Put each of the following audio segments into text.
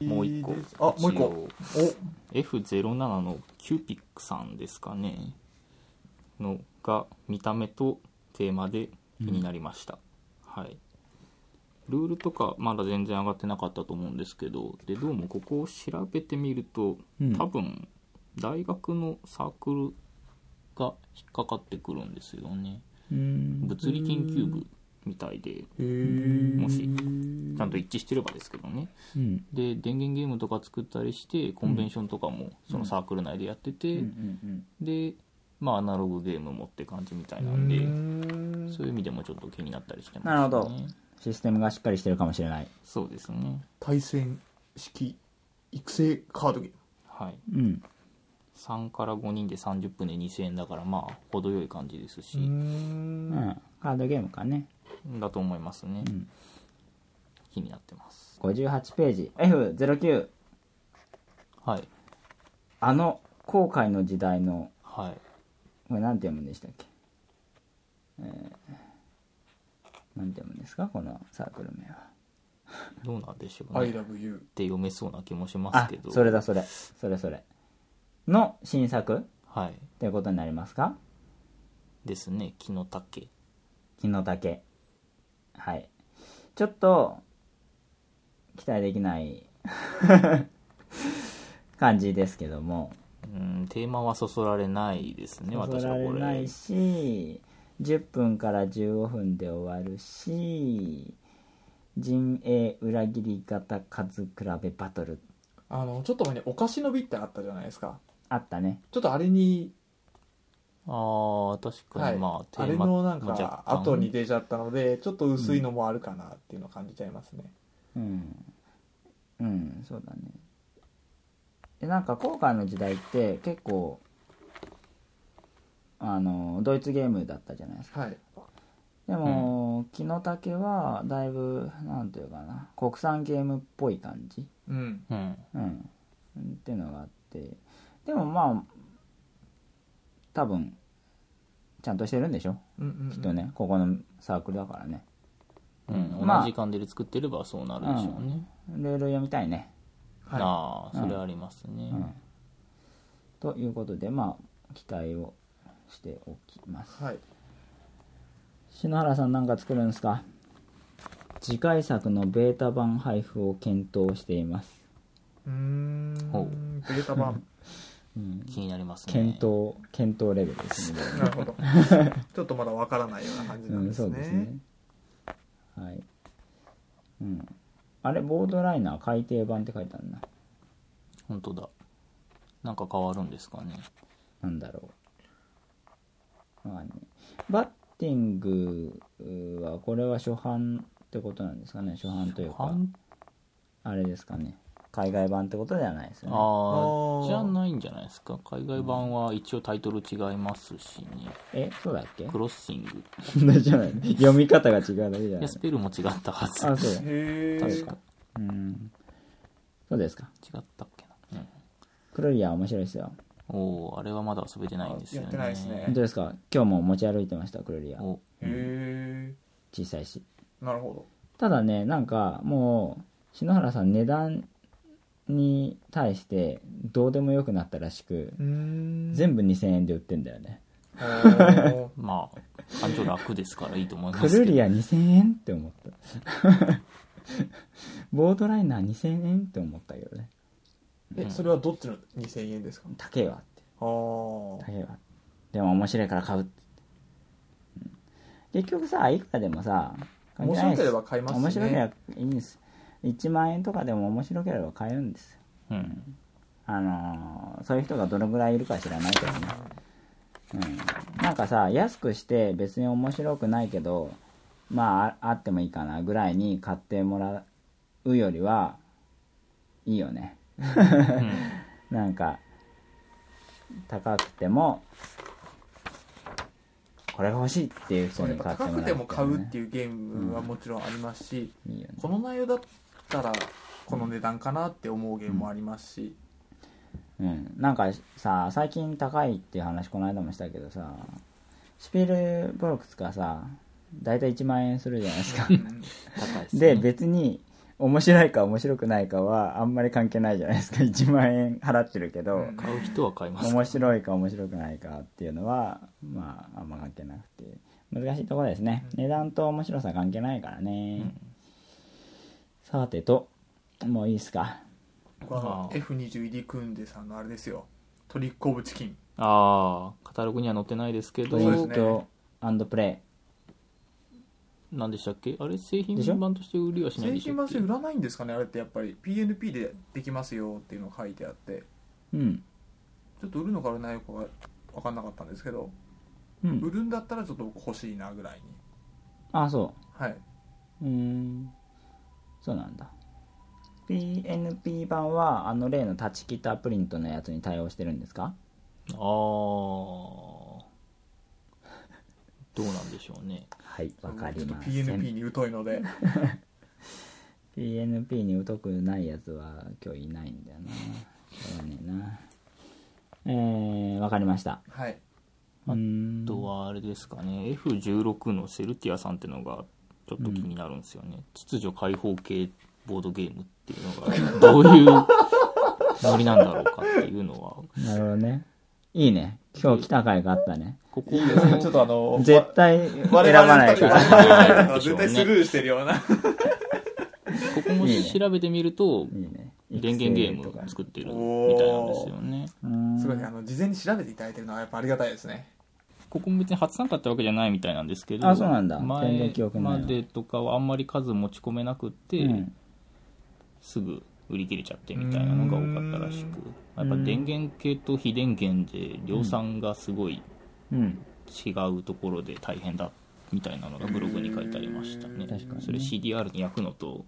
もう一個あもう一個お F07 のキューピックさんですかねのが見た目とテーマで気になりました、はいルールとかまだ全然上がってなかったと思うんですけどでどうもここを調べてみるとうん多分大学のサークルが引っかかってくるんですよね物物理研究部みたいでへーもしちゃんと一致してればですけどねうんで電源ゲームとか作ったりしてコンベンションとかもそのサークル内でやってて、うんでまあアナログゲームもって感じみたいうんうなんで、んそういう意味でもちょっと気になったりしてます、ね、なるほどシステムがしっかりしてるかもしれないそうですね対戦式育成カードゲームはいうん3から5人で30分で2000円だからまあ程よい感じですし、うん、カードゲームかねだと思いますね、ん気になってます58ページ F09 はいあの後悔の時代のはいこれ何て読むんでしたっけえー、何て読むんですかこのサークル名はどうなんでしょうね I っ love you て読めそうな気もしますあけどそれだそれそれそれの新作っはいていうことになりますかですね木の竹木の竹はいちょっと期待できない 感じですけどもうんテーマはそそられないですねそ私そらはれこなれいし10分から15分で終わるし陣営裏切り型数比べバトルあのちょっと前にお菓子のびってあったじゃないですかあったねちょっとあれに、ああ確かはいにまあ、あテれーマのなんもか若干後に出ちゃったのでちょっと薄いのもあるかなっていうのを感じちゃいますね、うんうんそうだねでなんか後悔の時代って結構あのドイツゲームだったじゃないですかはいでも、木の竹はだいぶなんていうかな国産ゲームっぽい感じうんうんうん、っていうのがあってでもまあ多分ちゃんとしてるんでしょうんうんうんきっとね、ここのサークルだからねうん、まあ同じ時間で作ってればそうなるでしょうね、ルール読みたいね、はいああそれありますね、うんということでまあ期待をしておきますはい篠原さんなんか作るんですか次回作のベータ版配布を検討しています、うーほうんベータ版うん、気になりますね検討検討レベルですねなるほ どちょっとまだわからないような感じなんですね,、うん、そうですねはい、うん、あれボードライナー改訂版って書いてあるな本当だなんか変わるんですかねなんだろうわかんないバッティングはこれは初版ってことなんですかね初版というか半あれですかね海外版ってことではないですよねあーあじゃないんじゃないですか海外版は一応タイトル違いますしねえそうだっけクロッシング同 じじゃない読み方が違うだけじゃいなや いスペルも違ったはずあそうだへえ確かうんそうですか違ったっけな、クロリア面白いですようん、おおあれはまだ遊べてないんですよねやってないですね本当ですか今日も持ち歩いてましたクロリアおへ小さいしえなるほただねなんかもう篠原さん値段に対してどうでもよくなったらしくどうん全部2000円で売ってんだよね部まあ感情楽ですからいいと思いまクすけどルリア2000円って思ったボードライナー2000円って思ったけどね えそれはどっちの2000円ですか高えわってああ高えわでも面白いから買うって、うん結局さいくらでもさ面白ければ買いますね面白ければいいんです1万円とかでも面白ければ買えるんですようんあのーそういう人がどのぐらいいるか知らないけどね、うん、なんかさ安くして別に面白くないけどまあああってもいいかなぐらいに買ってもらうよりはいいよねうん なんか高くてもこれが欲しいっていう人そうやっに買ぱって高もくらうても買うっていういうゲームはもちろんありますし、いいよねこの内容だったらこの値段かなって思うゲームもありますし、うん、なんかさ最近高いっていう話この間もしたけどさシュピルブロックスがさ大体1万円するじゃないですかうん高いですねで別に面白いか面白くないかはあんまり関係ないじゃないですか1万円払ってるけど、うん買う人は買います面白いか面白くないかっていうのはまああんま関係なくて難しいところですね、値段と面白さ関係ないからね、さてともういいですか僕はあのあー F20 入り組んでさんのあれですよトリックオブチキンああカタログには載ってないですけどトリそうですッねクアンドプレ何でしたっけあれ製でしょ品版として売りはしないん製でした品っ版けして売らないんですかねあれってやっぱり PNP でできますよっていうのが書いてあってイうんちょっと売るのか売らないのかが分かんなかったんですけどうん売るんだったらちょっと僕欲しいなぐらいにあそはいううーんそうなんだ PNP 版はあの例の立ち切ったプリントのやつに対応してるんですかああどうなんでしょうねはいわかりちょっとません PNP に疎いの で PNP に疎くないやつは今日いないんだよな。しょうがねえな。えー、わかりました。はいあうんあとはあれですかね F16 のセルティアさんってのがちょっと気になるんですよね、秩序開放系ボードゲームっていうのがどういうノリなんだろうかっていうのはなるほどね。いいね。今日来た回があったね。ここも ちょっとあの絶対選ば我々ないか我ら。々の二人 は絶対スルーしてるようなここも調べてみるといいね。電源ゲーム作ってるみたいなんですよねうんすごいあの事前に調べていただいてるのはやっぱありがたいですねここも別に初参加ってわけじゃないみたいなんですけどあそうなんだ全然前記憶ないわまでとかはあんまり数持ち込めなくって、うんすぐ売り切れちゃってみたいなのが多かったらしくやっぱ電源系と非電源で量産がすごいうん。違うところで大変だみたいなのがブログに書いてありましたね確かにねそれ CDR に焼くのと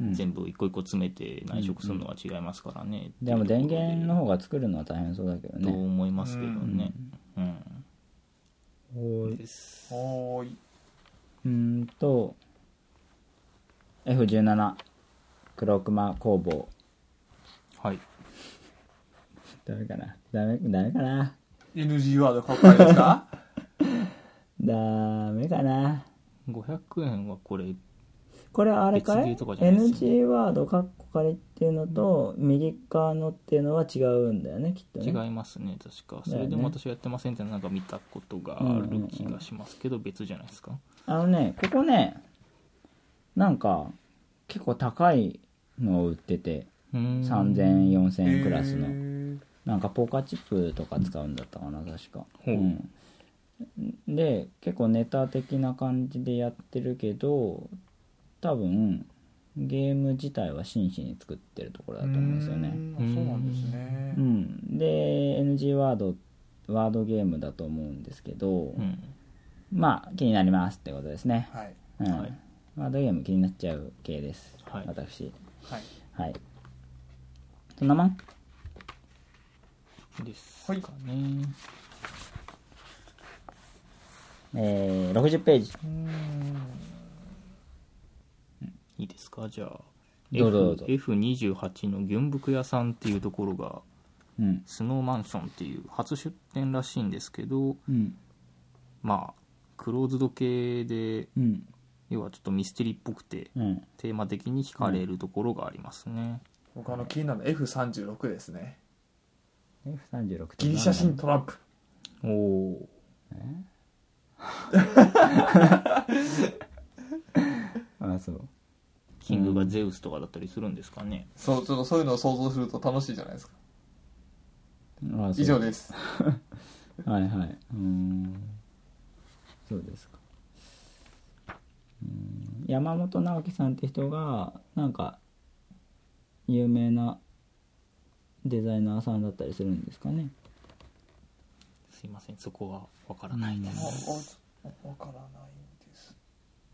うん全部一個一個詰めて内職するのは違いますからね、でもっていう電ところ源の方が作るのは大変そうだけどとね。思いますけどねうん、おーいですおーいうーんと、F17 黒熊工房。はいダメかなダメ、ダメかな NG ワードかっこいいです かダメかな500円はこれこれあれか別ゲいーとかじゃないですよ ?NG ワードカッコ仮っていうのと、右側のっていうのは違うんだよねきっと違ねいますね確かだよねそれでも私はやってませんってなんか見たことがある気がしますけど別じゃないですかあのねここねなんか結構高いのを売ってて3000 30004000円クラスの、へーなんかポーカーチップとか使うんだったかな確か、ほううんで結構ネタ的な感じでやってるけど多分ゲーム自体は真摯に作ってるところだと思うんですよねうーんあそうなんですねうん、で NG ワードワードゲームだと思うんですけど、うんまあ気になりますってことですね、はいうんはいワードゲーム気になっちゃう系です、はい私はいはいそんなもんですかねえー、60ページいいですかじゃあどうぞどうぞ F- F28 のギュンブク屋さんっていうところがうんスノーマンションっていう初出店らしいんですけどうんまあクローズド系でうん要はちょっとミステリーっぽくてうんテーマ的に惹かれるところがありますね、僕あの気になるの F36 ですね F36 ってギリシャ神トランプおおあそうキングがゼウスとかだったりするんですかね、そうちょっとそういうのを想像すると楽しいじゃないですかあそう以上ですはいはいうーんそうですかうーん山本直樹さんって人がなんか有名なデザイナーさんだったりするんですかねすいませんそこはわからないです、ああわからないんです、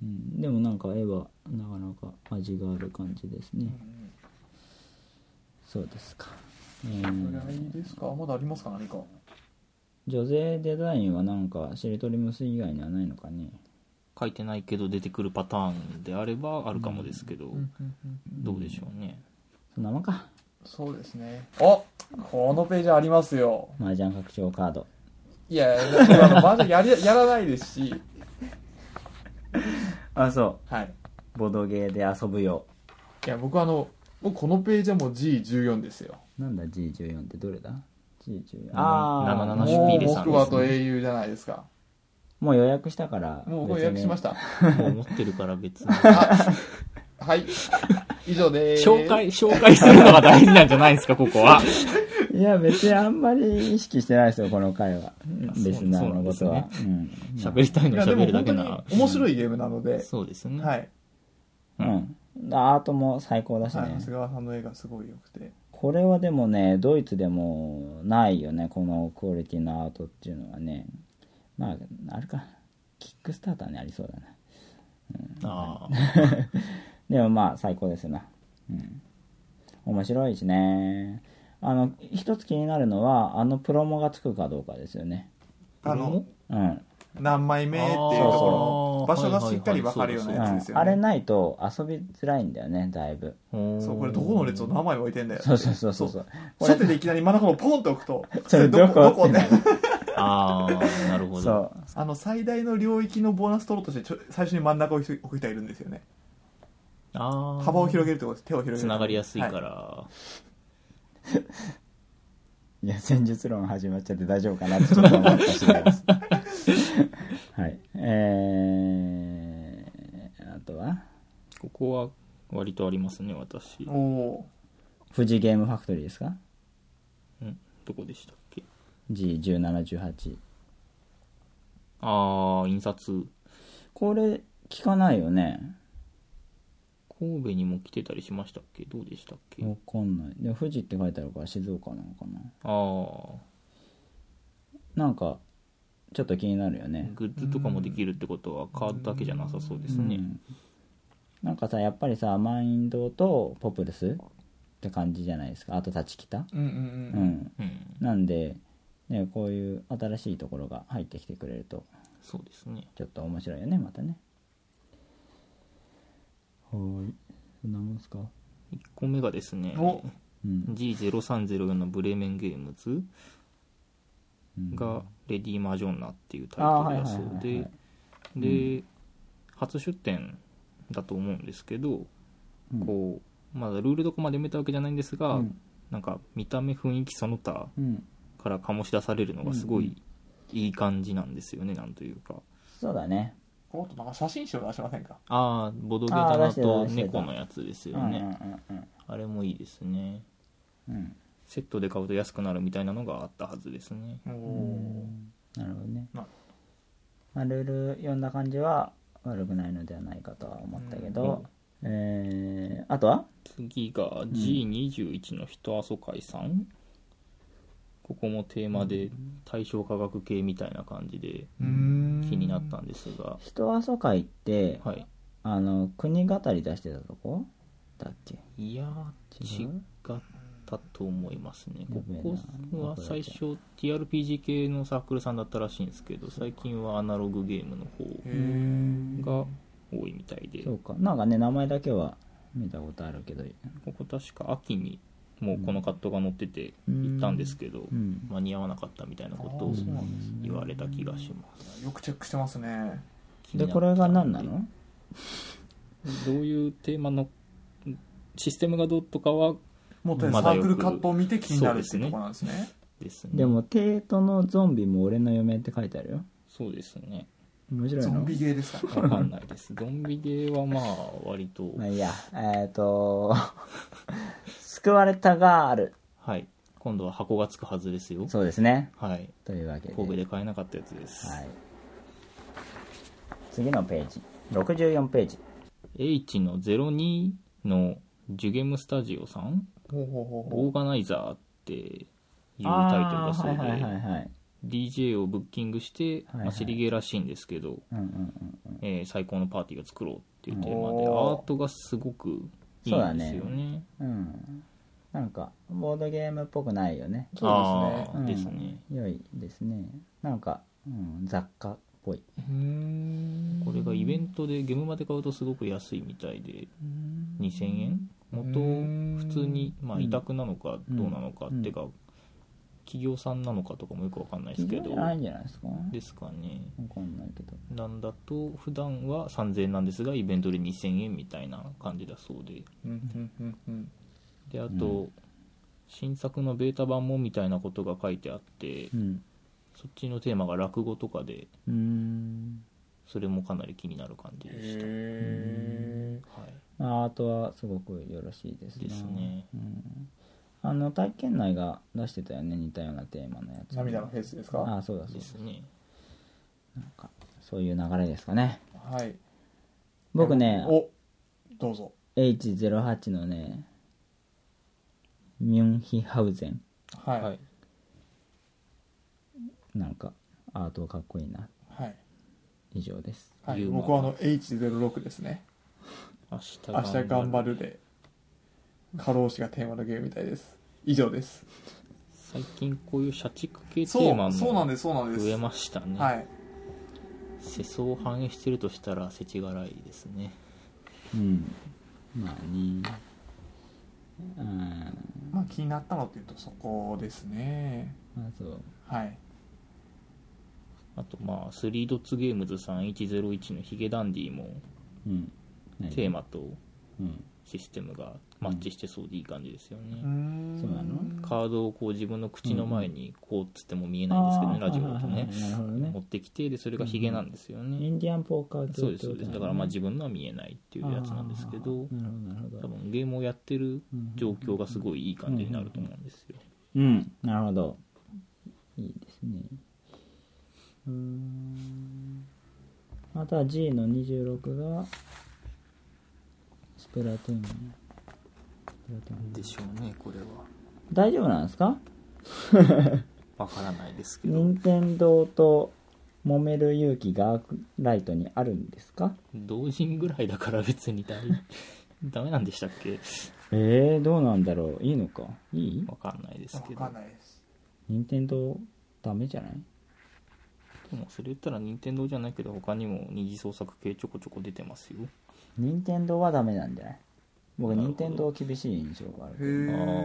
うんでもなんか絵はなかなか味がある感じですうねんそうですか、えこれはいーいですかまだありますか何か女性デザインはなんかしりとり結ス以外にはないのかね書いてないけど出てくるパターンであればあるかもですけど、どうでしょ うねそんなもんかそうですねあこのページありますよ麻雀拡張カードいやいやあのマジやりやらないですしあそはいうボドゲーで遊ぶよいや僕あの僕このページはもう G14 ですよなんだ G14 ってどれだ ?G14 あーも楽うしみもうです僕はと英雄じゃないですかもう予約したからもうこれ予約しましたもう持ってるから別に。あはい以上でーす紹介、紹介するのが大事なんじゃないですか、ここは。別にいや別にあんまり意識してないですよこの回はリスナーのことは喋りたいいのやでも喋るだ本け当なにら。面白いゲームなので、そうですね。はい、うん、うんアートも最高だしね、はい、長谷川さんの絵がすごい良くてこれはでもねドイツでもないよねこのクオリティのアートっていうのはねまああれかキックスターターにありそうだなあ でもまあ最高ですよなうん面白いしねあの一つ気になるのはあのプロモがつくかどうかですよねああのうん何枚目っていうところあ場ー所がしっかり分かるようなうやつでんすよね、あれないと遊びづらいんだよねだいぶそうこれどこの列を何枚置いてんだよそうそうそうそうそうこれ初手でいきなり真ん中のポンと置く とそそれれどこどどここねああ、なるほそど。うあの最大の領域のボーナス取ろうとしてちょ最初に真ん中を置く人いるんですよねああ。幅を広げるってことです手を広げるつながりやすいかはら。いや戦術論始まっちゃって大丈夫かなってちょっと思った次第 ですはいえー、あとはここは割とありますね、私い、。おお富士ゲームファクトリーですかうん。どこでしたっけ G1718 ああ、印刷。これ聞かないよね神戸にも来てたりしましたっけどうでしたっけわかんないでも富士って書いてあるから静岡なのかなあなんかちょっと気になるよあ、ねグッズとかもできるってことはカードだけじゃなさそうですねう。んなんかさやっぱりさマインドとポプルスって感じじゃないですかあと立ち北うんうんううんんうん。なんで、ね、こういう新しいところが入ってきてくれるとそうですね。ちょっと面白いよねまたねはーいそんなもんすか1個目がですね、おうん、 G0304 のブレーメンゲームズうん、がレディー・マジョンナっていうタイトルだそうあーはいはいはいでは、で、初出展だと思うんですけど、うんこう、まだルールどこまで埋めたわけじゃないんですが、うんなんか見た目、雰囲気その他うんから醸し出されるのがすごうんいいい感じなんですよね、なんというか。そうだねもっとなんか写真集を出しませんかああ、ボドゲあー出棚してたと出してた猫のやつですうよんうんね。あれもいいですね。うんうんセットで買うと安くなるみたいなのがあったはずですね。おおなるほどね、まあまあ、ルール読んだ感じは悪くないのではないかとは思ったけど、えー、あとは次が G21 の人阿蘇会さん、ここもテーマで対象科学系みたいな感じでうーん気になったんですが、人阿蘇会って、はいあの国語り出してたとこだっけいやー違違うったと思いますねやこべえなこは最初 TRPG 系のサークルさんだったらしいんですけど最近はアナログゲームのへ方ーが多いみたいでそうかなんかね名前だけは見たことあるけどここ確か秋にもうこのカットが載っててうん行ったんですけど、うん間に合わなかったみたいなことあをーそうなんですね言われた気がしますよくチェックしてますねでこれが何なのどういうテーマのシステムがどうとかはもっとねサまだーよクくルカットを見て気になるっていうところなんですねですねでも「テートのゾンビも俺の嫁」って書いてあるよそうですね面白いゾのンビゲーですかわかんないです ゾンビゲーはまあ割とまあいいやえっ、ー、と 救われたガールはい今度は箱がつくはずですよそうですねはいというわけで神戸で買えなかったやつです、はい、次のページ64ページ H の02のジュゲムスタジオさんほうほうほうほうオーガナイザーっていうタイトルだそうで、あーはいはいはいはい DJ をブッキングして、はいはいまあ、シリゲーらしいんですけど、うんうんうんえー最高のパーティーを作ろうっていうテーマでアおーートがすごくいいんですよねうんなんかボードゲームっぽくないよねそうですねあーですね、良いですねなんか、うん、雑貨っぽいうーんこれがイベントでゲームまで買うとすごく安いみたいで2000円元うん普通に、まあ、委託なのかどうなのかってか、企業さんなのかとかもよくわかんないです企け業どじゃないんじゃないですかわですかねかんないけどなんだと普段は3000円なんですがイベントで2000円みたいな感じだそうでうんうんうんであと、う新作のベータ版もみたいなことが書いてあって、うんそっちのテーマが落語とかでうーんそれもかなり気になる感じでした、へはい、アートはすごくよろしいですねですねうん、あの体験内が出してたよね似たようなテーマのやつえ涙のフェイスですあかあそうだそうでだすねなんかそういう流れですかねはい僕ねおどうぞ H08 のねミュンヒハウゼンはいはいなんかアートかっこいいなはい、以上ですはい、ユーマ僕はあの H06 ですね明日明日頑張るで過労死がテーマのゲームみたいです以上です最近こういう社畜系テそーマもうそうなんですそうなんです増えましたね、はい世相を反映してるとしたら世知辛いですねうんまあねうんまあ気になったのっていうとそこですねまあそうはいあとまあ3ドッツゲームズ3101のヒゲダンディもうんテーマとうんシステムがマッチしてそうでいい感じですようーね、んそうなのカードをこう自分の口の前にこうっつっても見えないんですけどね、ラジオだとね、あーはいはいはいなるほどね持ってきてでそれがヒゲなんですよね、インディアンポーカーってそうですそうですだからまあっ自分のは見えないってていうやつなんですけどなるほどなるほど多分ゲームをやってる状況がすごいいい感じになると思うんですようんなるほどいいですねうーんあとは G の26がスプラトゥーンスプラトゥーンでしょうねこれは大丈夫なんですかわからないですけど任天堂と揉める勇気がアークライトにあるんですか同人ぐらいだから別に大 ダメなんでしたっけえー、どうなんだろういいのかいいわかんないですけ分どかんないです任天堂ダメじゃないでもそれ言ったら任天堂じゃないけど他にも二次創作系ちょこちょこ出てますよ任天堂はダメなんじゃない僕なるほど任天堂厳しい印象があるへああえどう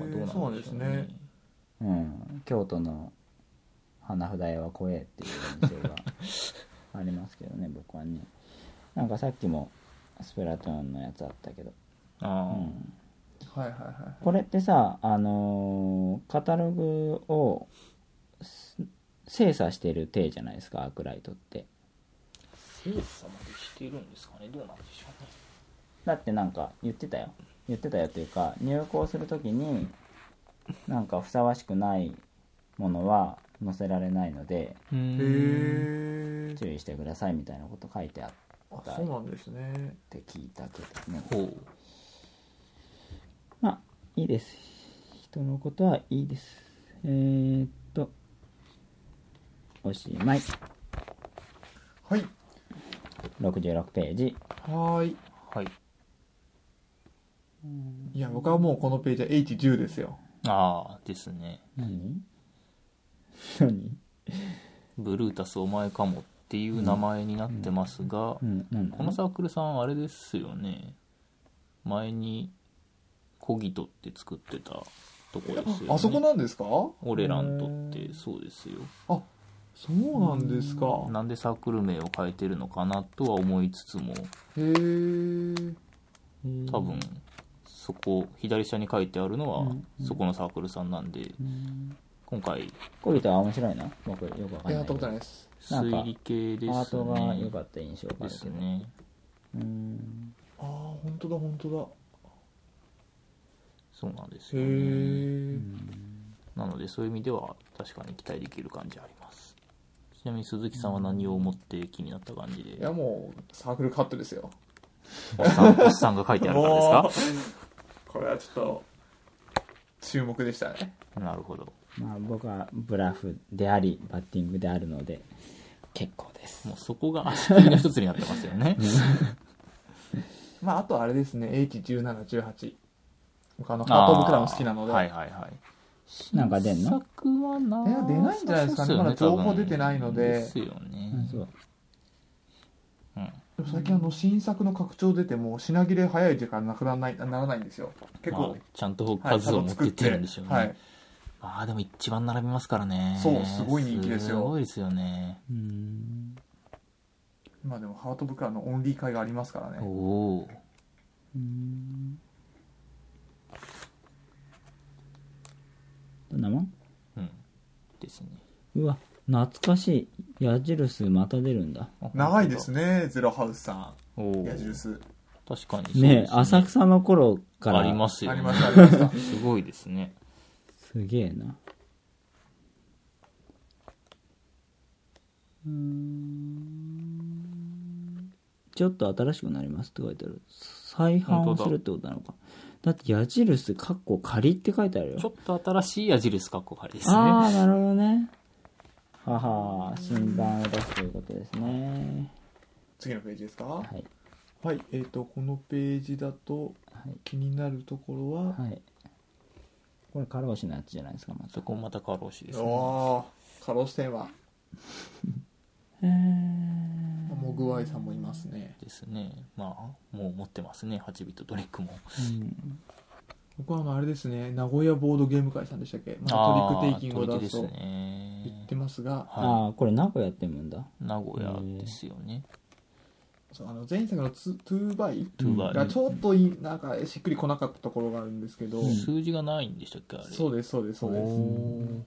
なんでしそょううでねすねうん、京都の花札屋は怖えっていう印象がありますけど ね僕はねなんかさっきもスプラトゥーンのやつあったけど、うああ、ん、はいはいはこれってさあのーカタログをす精査してる体じゃないですかアークライトって精査までしてるんですかねどうなんでしょうねだってなんか言ってたよ言ってたよというか入校するときになんかふさわしくないものは載せられないのでういんへえ注意してくださいみたいなこと書いてあっあそうなんですねて聞いたけどねほうまあいいです人のことはいいですえー、っとおしまいはい66ページはーいはいいや僕はもうこのページは H10 ですよああですね何何ブルータスお前かもっていう名前になってますが、うんなんだこのサークルさんあれですよね前にコギトって作ってたとこですよ、ね、あそこなんですかオレラントってそうですよあそうなんですかなんでサークル名を変えてるのかなとは思いつつもへえ多分そこ左下に書いてあるのうはんそこのサークルさんなんでうん今回こういうとは面白いの僕よくわかんないやったことけどないですなんか推理系ですねアートが良かった印象があでるすけど、ねうんああ本当だ本当そうなんですだよへねえなのでそういう意味では確かに期待できる感じありますちなみに鈴木さんは何を思って気になった感じいでやもうサークルカットですよおっさんおっさんが書いてあるからですかこれはちょっと注目でしたねなるほど。まあ僕はブラフでありバッティングであるので結構ですもうそこが足切りの一つになってますよね。まああとあれですね H1718 他のハート・オブ・クラウン好きなので、はいはいはい。なんか出んの作はな。いや出ないんじゃないですかねそうよまだ情報多分出てないのでですようんね。そううん。でも最近あの新作の拡張出ても品切れ早い時間なくならないならないんですよ結ま構あ、ちゃんとはい数を持ってってるんでしょうね。はいああでも一番並びますからねそうすごい人気ですよすごいですよねうん今でもハートブクラのオンリー会がありますからおねおうんどんなもんーうんですねうわ懐かしい矢印また出るんだあ長いですねねゼロハウスさおんお矢印確かにそうですねえ浅草の頃からありますよ、あね、りましたありました すごいですねすげえなうーんちょっと新しくなりますって書いてある再販をするってことなのかだって矢印かっこ仮って書いてあるよちょっと新しい矢印かっこかりですねああなるほどねはは診断を出すということですね次のページですかはいはいえー、とこのページだとはい気になるところは、はいこれカラオシのやつじゃないですかまたそこもまた過労死です、おね、おー過労死点はモグワイさんもいますねですねまあもう持ってますね8ビットドリックもうん僕はあのあれですね名古屋ボードゲーム会さんでしたっけ、まあ、あトリックテイキングを出すーと取り手です言ねってますが、はああこれ名古屋って読むんだい名古屋ですよねそうあの前作のツトゥーバイトゥーバイがちょっといなんかしっくりこなかったところがあるんですけど、うん数字がないんでしたっけあれそうですそうですそうですおー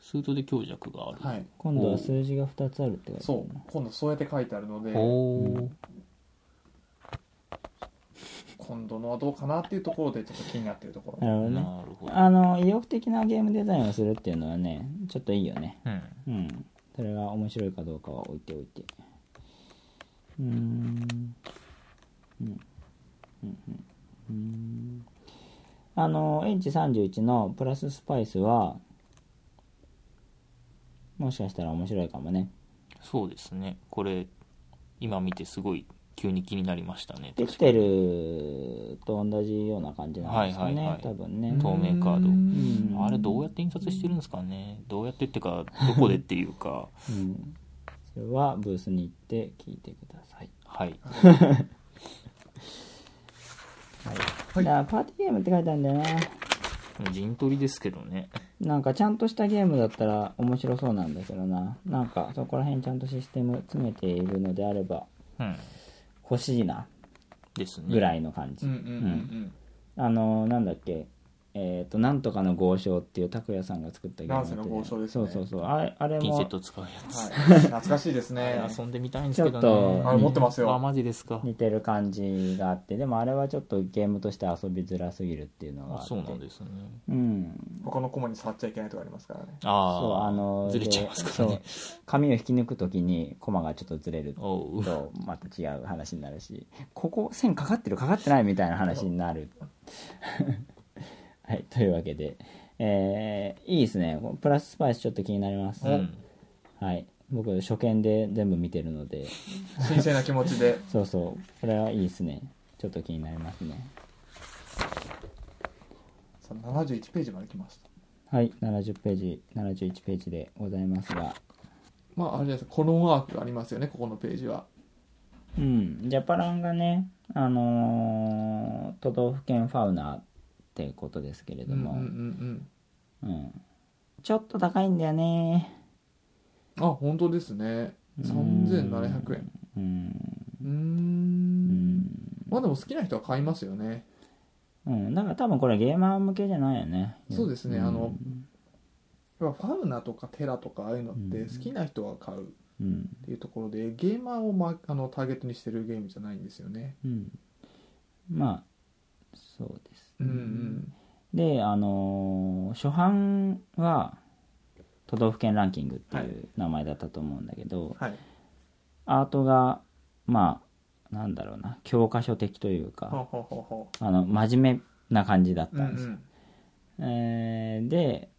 数とで強弱がある、はい今度は数字が2つあるって書いてあるそう今度そうやって書いてあるのでおお今度のはどうかなっていうところでちょっと気になってるとこなろ、るほどねなるほどあの意欲的なゲームデザインをするっていうのはねちょっといいよねうんうんそれが面白いかどうかは置いておいてうーんうんうんうんうーんあの H31 のプラススパイスはもしかしたら面白いかもねそうですねこれ今見てすごい急に気になりましたねできてると同じような感じなんですよね、はいはいはい多分ね、透明カーうドんあれどうやって印刷してるんですかねどうやってってかどこでっていうか うん、それはブースに行って聞いてくださいはいはいだからパーティーゲームって書いてあるんだよな陣取りですけどねなんかちゃんとしたゲームだったら面白そうなんだけどななんかそこら辺ちゃんとシステム詰めているのであればうん欲しいなですねぐらいの感じ、うんうんうんあのなんだっけえっ、となんとかの豪商っていう拓哉さんが作ったゲームなんせの豪商ですねそうそうそうあれあれピンセッもト使うやうん、はつ、い、懐かしいですねあれ遊んでみたいんですけどねちょっとあれ持ってますよあマジですか似てる感じがあってでもあれはちょっとゲームとして遊びづらすぎるっていうのがああってそうなんですねうん他のコマに触っちゃいけないとかありますからねああそうあのずれちゃいますからねでそう紙を引き抜くときにコマがちょっとずれるおうとまた違う話になるしここ線かかってるかかってないみたいな話になる はいというわけでえーいいですねプラススパイスちょっと気になります、うんはい僕初見で全部見てるので神聖な気持ちでそうそうこれはいいですねちょっと気になりますね さあ71ページまで来ましたはい70ページ71ページでございますがまああれですコロンワークがありますよねここのページはうん、ジャパランがね、あのー都道府県ファウナーってことですけれども、ううんうんんちょっと高いんだよね、うんあ本当ですね3700円うんうーうんんまあでも好きな人は買いますよねうん、だから多分これゲーマー向けじゃないよねそうですねあのうんやっぱファウナとかテラとかああいうのってうん好きな人は買うっうんていうところでゲーマーを、ま、あのターゲットにしてるゲームじゃないんですよねうん、まあそうです、うんうんであのー初版は都道府県ランキングっていう名前だったと思うんだけど、はいアートがまあなんだろうな教科書的というほうかほうほうほあの真面目な感じだっううたんんですよ、んえーで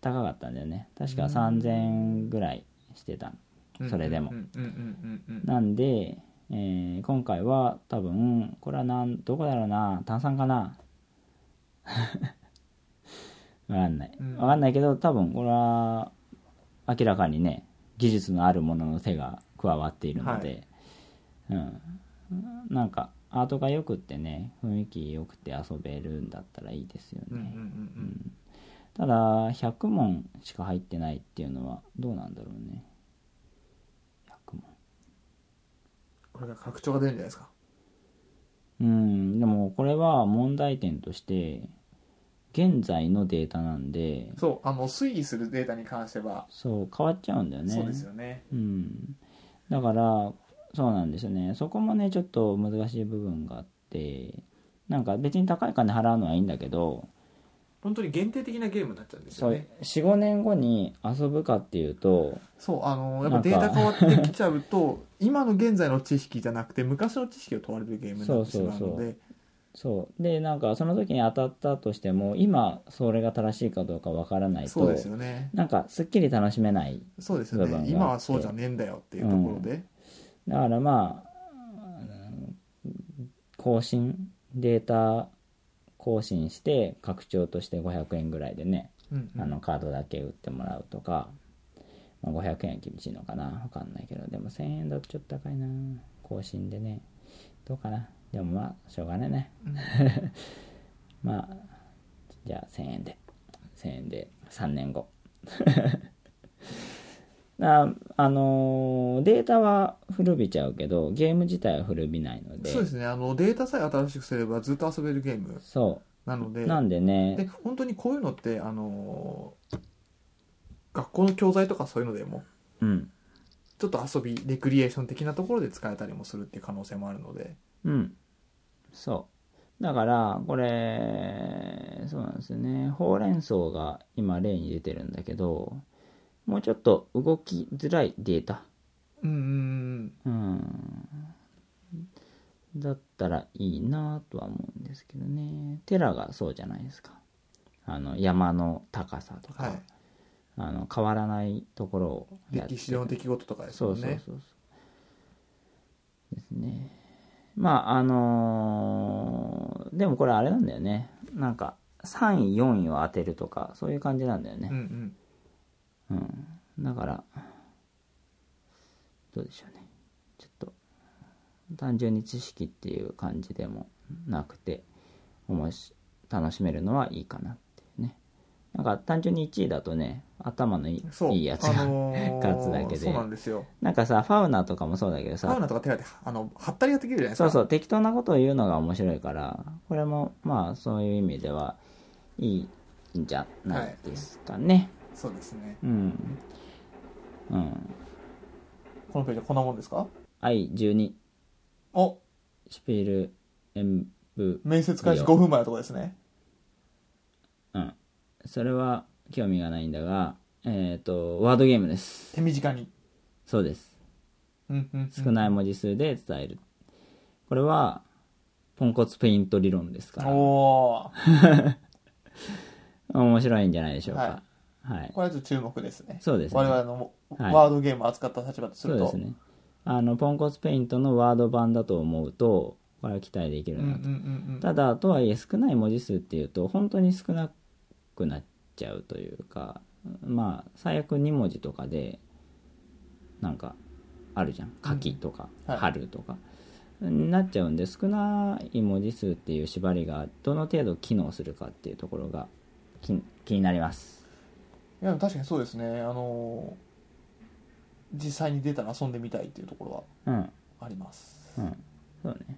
高かったんだよね確かうん3000ぐらいしてたうんそれでもうんうんうんうんうんなんで、えー今回は多分これはなんどこだろうな炭酸かな わかんないうんわかんないけど多分これは明らかにね技術のあるものの手が加わっているので、うん、なんかアートがよくってね雰囲気よくて遊べるんだったらいいですよね、うんうんうんうんただ100問しか入ってないっていうのはどうなんだろうね100問これが拡張が出るんじゃないですかうんでもこれは問題点として現在のデータなんでそうあの推移するデータに関しては、そう変わっちゃうんだよねそうですよねうん、だからそうなんですよねそこもねちょっと難しい部分があってなんか別に高い金払うのはいいんだけど本当に限定的なゲームになっちゃうんですよそうね45年後に遊ぶかっていうとそうあのやっぱデータ変わってきちゃうと 今の現在の知識じゃなくて昔の知識を問われるゲームになってしまうのでそうそうそうそうでなんかその時に当たったとしても今それが正しいかどうかわからないそうとですよねなんかすっきり楽しめないそうですよ部分があっねて今はそうじゃねえんだよっていうところで、だからまあうん更新データ更新して拡張として500円ぐらいでね、うんうんあのカードだけ売ってもらうとか、まあ、500円は厳しいのかなわかんないけどでも1000円だとちょっと高いな更新でねどうかなでもまあしょうがないね、 まあじゃあ1000円で1000円で3年後 なあのーデータは古びちゃうけどゲーム自体は古びないのでそうですねあのデータさえ新しくすればずっと遊べるゲームそなのうでなんでねで本当にこういうのってあのー学校の教材とかそういうのでもうんちょっと遊びレクリエーション的なところで使えたりもするっていう可能性もあるのでうん。そう。だから、これ、そうなんですよね。ほうれん草が今例に出てるんだけど、もうちょっと動きづらいデータ。うんうんうんうん。だったらいいなとは思うんですけどね。テラがそうじゃないですか。あの、山の高さとか、はいあの、変わらないところをやって歴史上の出来事とかですそようねそうそうそうですねまああのーでもこれあれなんだよねなんか3位4位を当てるとかそういう感じなんだようんね、うんうん、だからどうでしょうねちょっと単純に知識っていう感じでもなくておもし楽しめるのはいいかなっていうねなんか単純に1位だとね頭のいいそういいやつが、あのー勝つだけでそうなんですよなんかさファウナとかもそうだけどサさウナとか手当てあの貼ったりができるじゃないですそかうそう、適当なことを言うのが面白いから、これも、まあ、そういう意味では、いいんじゃないですかね。そうですねうん。うん。このページはこんなもんですか I12、おシュピール、演舞。面接開始5分前のとこですねうん。それは、興味がないんだが、えっ、と、ワードゲームです。手短にそうです。うんうん少ない文字数で伝える。これは、ポンコツペイント理論ですから、おー面白いんじゃないでしょうか。はいこれはちょっと注目ですねそうですね我々のはいワードゲームを扱った立場とすそうるでとすねあのポンコツペイントのワード版だと思うとこれは期待できうるんうんうなと、んうんただとはいえ少ない文字数っていうと本当に少なくなっちゃうというかまあ最悪2文字とかでなんかあるじゃん「柿」とか「はい春」とか、になっちゃうんで少ない文字数っていう縛りがどの程度機能するかっていうところが気気になりますいやでも確かにそうですねあのー実際に出たら遊んでみたいっていうところうんはありますうん、そうね。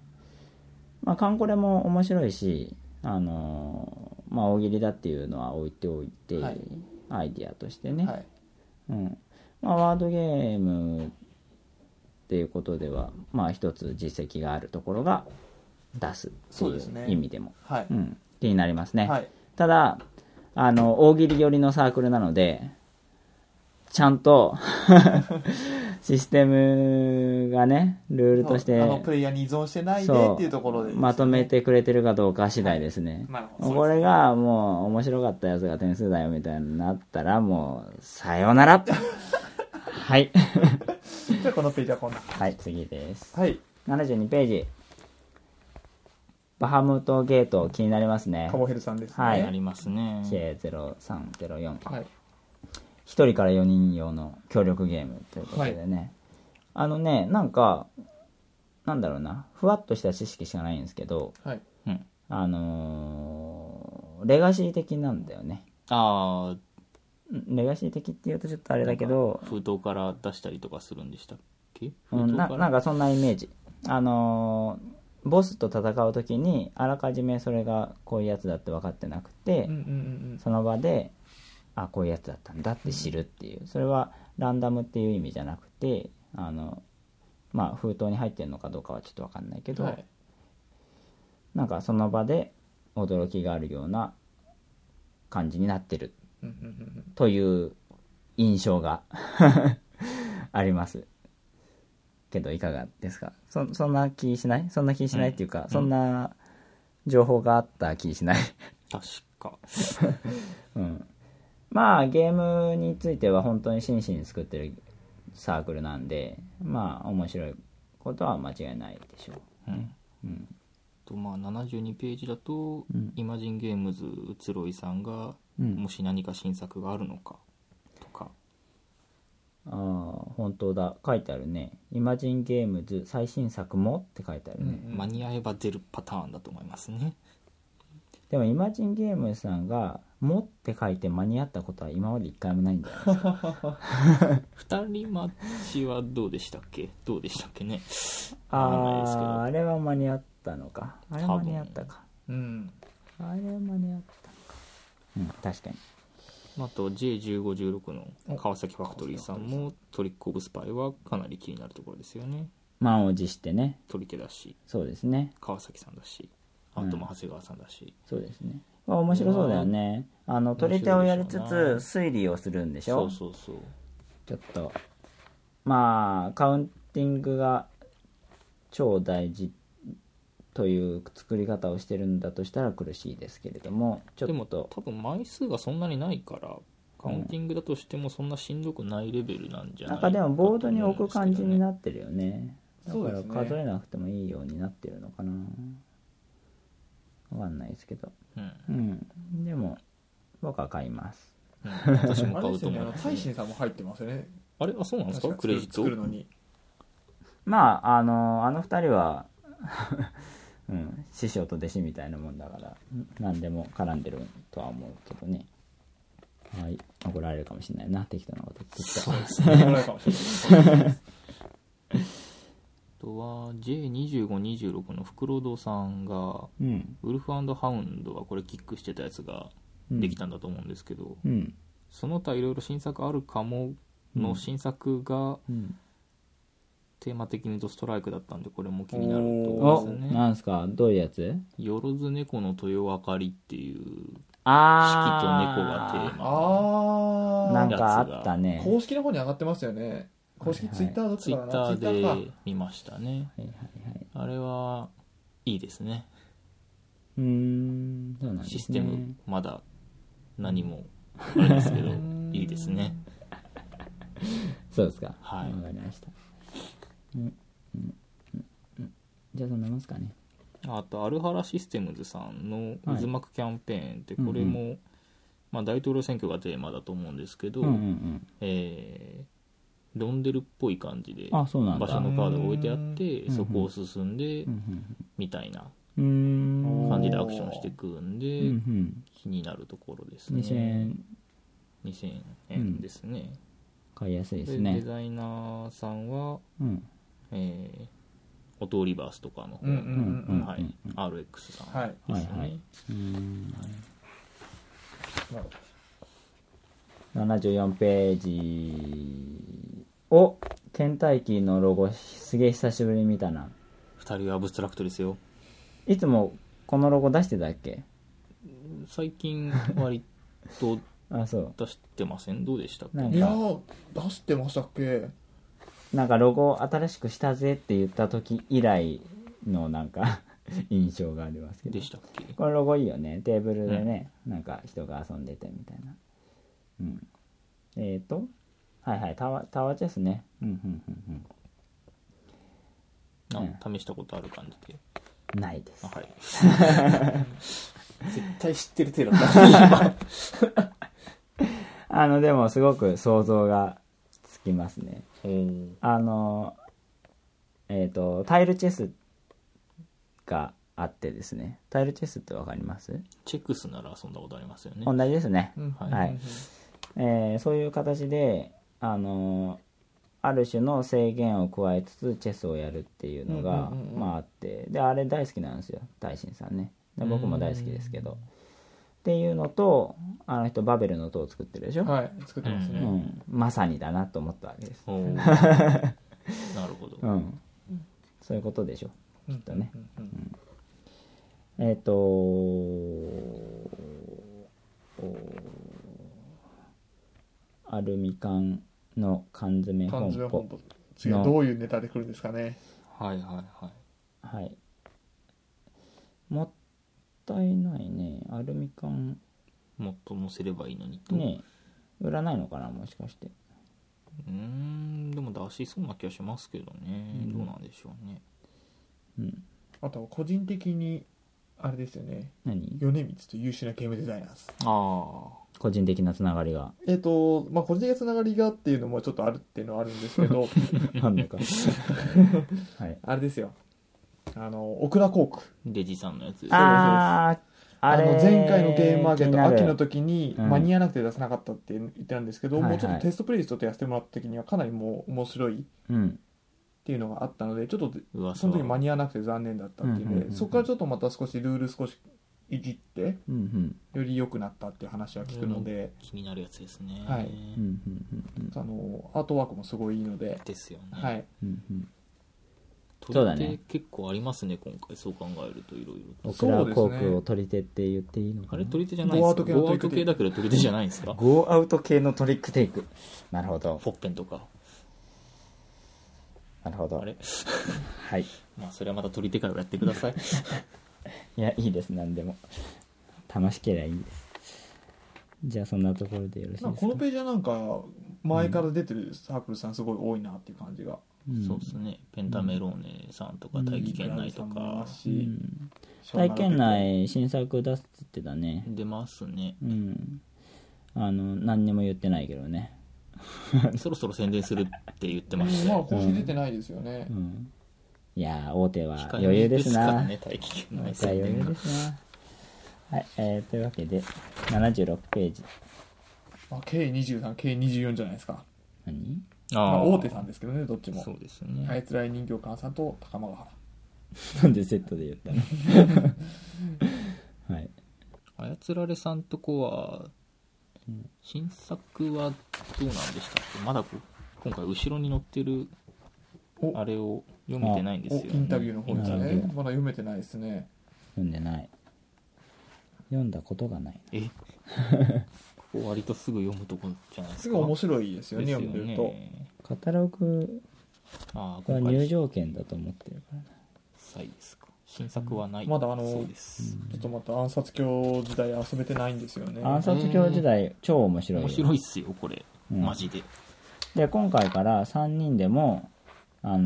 まあ、カンコレも面白いし、あのーまあ、大喜利だっていうのは置いておいて、はいアイディアとしてね。はいうん。まあ、ワードゲームっていうことでは、まあ、一つ実績があるところが出すってそういですねう意味でも、、はいうん、気になりますね。はい、ただ、あの、大喜利寄りのサークルなので、ちゃんと、 システムがね、ルールとしあのプて、レイヤーに依存してないでそうっていうところでまとめてくれてるかどうか次第ですね。なるほどこれがもう面白かったやつが点数だよみたいになったらもうさよなら はい。じゃあ このページはこんなはい、次です。はい72ページ。バハムトゲート気になりますねカ。ボヘルさんですねはいありますね K0304。はい1人から4人用の協力ゲームということでね、あのねなんかなんだろうなふわっとした知識しかないんですけどはいうんあのーレガシー的なんだよねああレガシー的って言うとちょっとあれだけど封筒から出したりとかするんでしたっけう封ん、筒なかならんかそんなイメージあのーボスと戦う時にあらかじめそれがこういうやつだって分かってなくて、うんうんうんその場であこういうやつだったんだって知るっていうそれはランダムっていう意味じゃなくてあのまあ封筒に入ってるのかどうかはちょっと分かんないけうん。ど、はい。なんかその場で驚きがあるような感じになってるうんうんうんうんという印象が ありますけどいかがですかそそんな気しないそんな気しないっていうか、んそんな情報があった気しない、確かうん、まあゲームについては本当に真摯に作ってるサークルなんでまあ面白いことは間違いないでしょううんうんとまあ72ページだと、うんイマジンゲームズうつろいさんが、うんもし何か新作があるのかとかああ本当だ書いてあるね「イマジンゲームズ最新作も?」って書いてあるね、うん間に合えば出るパターンだと思いますねでもイマジンゲームズさんが「も」って書いて間に合ったことは今まで一回もないんだよね二人マッチはどうでしたっけどうでしたっけねあわかんないですけどああれは間に合ったのかあれは間に合ったかうん。あれは間に合ったのかうん確かにまああと J1516 の川崎ファクトリーさんもトリック・オブ・スパイはかなり気になるところですよね満を持してね取り手だしそうですね川崎さんだしあとも長谷川さんだし、そうですねまあ面白そうだよねあの取り手をやりつつ推理をするんでしそょうそうそうちょっとまあカウンティングが超大事という作り方をしてるんだとしたら苦しいですけれどもちょでもっと多分枚数がそんなにないからカウンティングだとしてもそんなしんどくないレベルなんじゃなないんかでもボードに置く感じにっなってるよねだそうかでらすね数えなくてもいいようになってるのかなわかんないですけどて、うんうんでも僕は買いますうん、私もあれ買でうすとよね、思いあの、ます大臣さんも入ってますよね。あれあそうなんですか確かクレジット作るのに。まああのあの二人は、 うん、師匠と弟子みたいなもんだから何でも絡んでるとは思うけどねはい怒られるかもしれないな適当なこと言ってきた怒られ るかもしれないあとは J2526 のフクロドさんがうんウルフハウンドはこれキックしてたやつができたんだと思うんですけど、うんその他いろいろ新作あるかもの新作がうんテーマ的にドストライクだったんでこれも気になるとお思いますねなんすかどういうやつ「よろず猫の豊明かり」っていう四季と猫があテーーマあーなんかあったね公式の方に上がってますよね公式はいツイッターどっツちイかッなタツイッターーかで見ましたねはいはいはいあれはいいですねうーんそうなんですねシステムまだ何もあれですけどんいいですねそうですかはいわかりましたうんうんうんうんじゃあそんなもんすかねあとアルハラシステムズさんのはい渦巻くキャンペーンってこれも、まあ、大統領選挙がテーマだと思うんですけど、うんうんえーロンデルっぽい感じでうんあ場そうなんだ所のカードが置いてあっうてんそこを進んでうんうんうんみたいなうーん感じでアクションしていくんうんうでん気になるところですね2000円2000円ですね、買いやすいですでねデザイナーさんは、うんえー、オトリバースとかの方うんうんうんううんんはういん、 RX さんはいですね、はいはいうんなるほ74ページお倦怠期のロゴすげえ久しぶりに見たな2人はアブストラクトですよいつもこのロゴ出してたっけ最近割とあそう出してま せんどうでしたっけなんどいやかー出してましたっけなんかロゴを新しくしたぜって言った時以来のなんか 印象がありますけどでしたっけこのロゴいいよねテーブルでね、なんか人が遊んでてみたいなうんえっ、ー、とはいはいタワタワーチェスねうんうんうなんん試したことある感じでうんないですあはい 絶対知ってる手だったあのでもすごく想像がつきますねおーあのえっ、とタイルチェスがあってですねタイルチェスってわかりますチェクスなら遊んだことありますよね同じですね、うんはいうんはいえーそういう形であのーある種の制限を加えつつチェスをやるっていうのが、うんうんうんうんまああってであれ大好きなんですよ大臣さんねで僕も大好きですけどっていうのとあの人バベルの塔を作ってるでしょ、はい、作ってますうね。ん、まさにだなと思ったわけです、おーなるほど、うん、そういうことでしょうんきっとね。うんうんえっ、とおアルミ缶の缶詰缶本詰舗本舗。次はどういうネタで来るんですかね。はいはいはいはいもったいないねアルミ缶もっと載せればいいのにと、ね売らないのかなもしかしてうーんでも出しそうな気がしますけどね、うんどうなんでしょうねうんあと、個人的に、あれですよね。何米光と優秀なゲームデザイナーです。あ個人的なつながりが えっ、と、まあ、個人的なつながりがっていうのもちょっとあるっていうのはあるんですけど、あんのか はいあれですよ。あの、オクラコーク。デジさんのやつですあああれの前回のゲームマーケッ気にトなる秋の時にうん間に合わなくて出せなかったって言ってたんですけど、はいはもいうちょっとテストプレイリストとやってもらった時にはかなりもう面白いっうんていうのがあったのでちょっと噂その時間に合わなくて残念だったっていううんのうんうんでうんそこからちょっとまた少しルール少しいじってうんうんより良くなったっていう話は聞くので、気になるやつですね、はいうんうんうんあのアートワークもすごいいいので、ですよね、はい、うんうん取り手そうだね結構ありますね今回そう考えるといろいろオとクラコークを取り手って言っていいのかなあれ取り手じゃないですゴかーアゴーアウウト系ト系のだけど取り手じゃないんですかゴーアウト系のトリックテイクなるほどポッペンとかなるほどあれはいまあそれはまた取り手会をやってくださいいやいいです何でも楽しければいいですじゃあそんなところでよろしいですなんかかこのページはなんか前から出てるサークルさんすごい多いなっていう感じが、うんそうですねペンタメローネさんとかうん大気圏内といかますしうん体験内新作出すっつってたね出ますねうんあの何にも言ってないけどねそろそろ宣伝するって言ってましうんたまあよ公式出てないですよねう、んいやー大手は余裕ですからなね大気圏内大宣体余伝裕がですなはい、えー、というわけで76ページまあ、計23計24じゃないですか何 まあ、あー大手さんですけどねどっちもそうですね、あいつらい人形館さんと高間ヶ原なんでセットで言ったの はい。操られさんとこは新作はどうなんでしたっけまだこう今回後ろに載ってるおあれを読めてないんですよ、おインタビューの方ですインタねビューまだ読めてないですね読んでない。読んだことがない。えここ割とすぐ読むとこじゃないですかすごい面白いですよねです読んでるとカタログああは今入回場券だと思ってるからな。実際ですか新作はない、まだあのそうです、ちょっとまた暗殺教時代遊べてないんですよね暗殺教時代、超面白いよ。面白いっすよこれ、うんマジでで、今回から3人でも、あ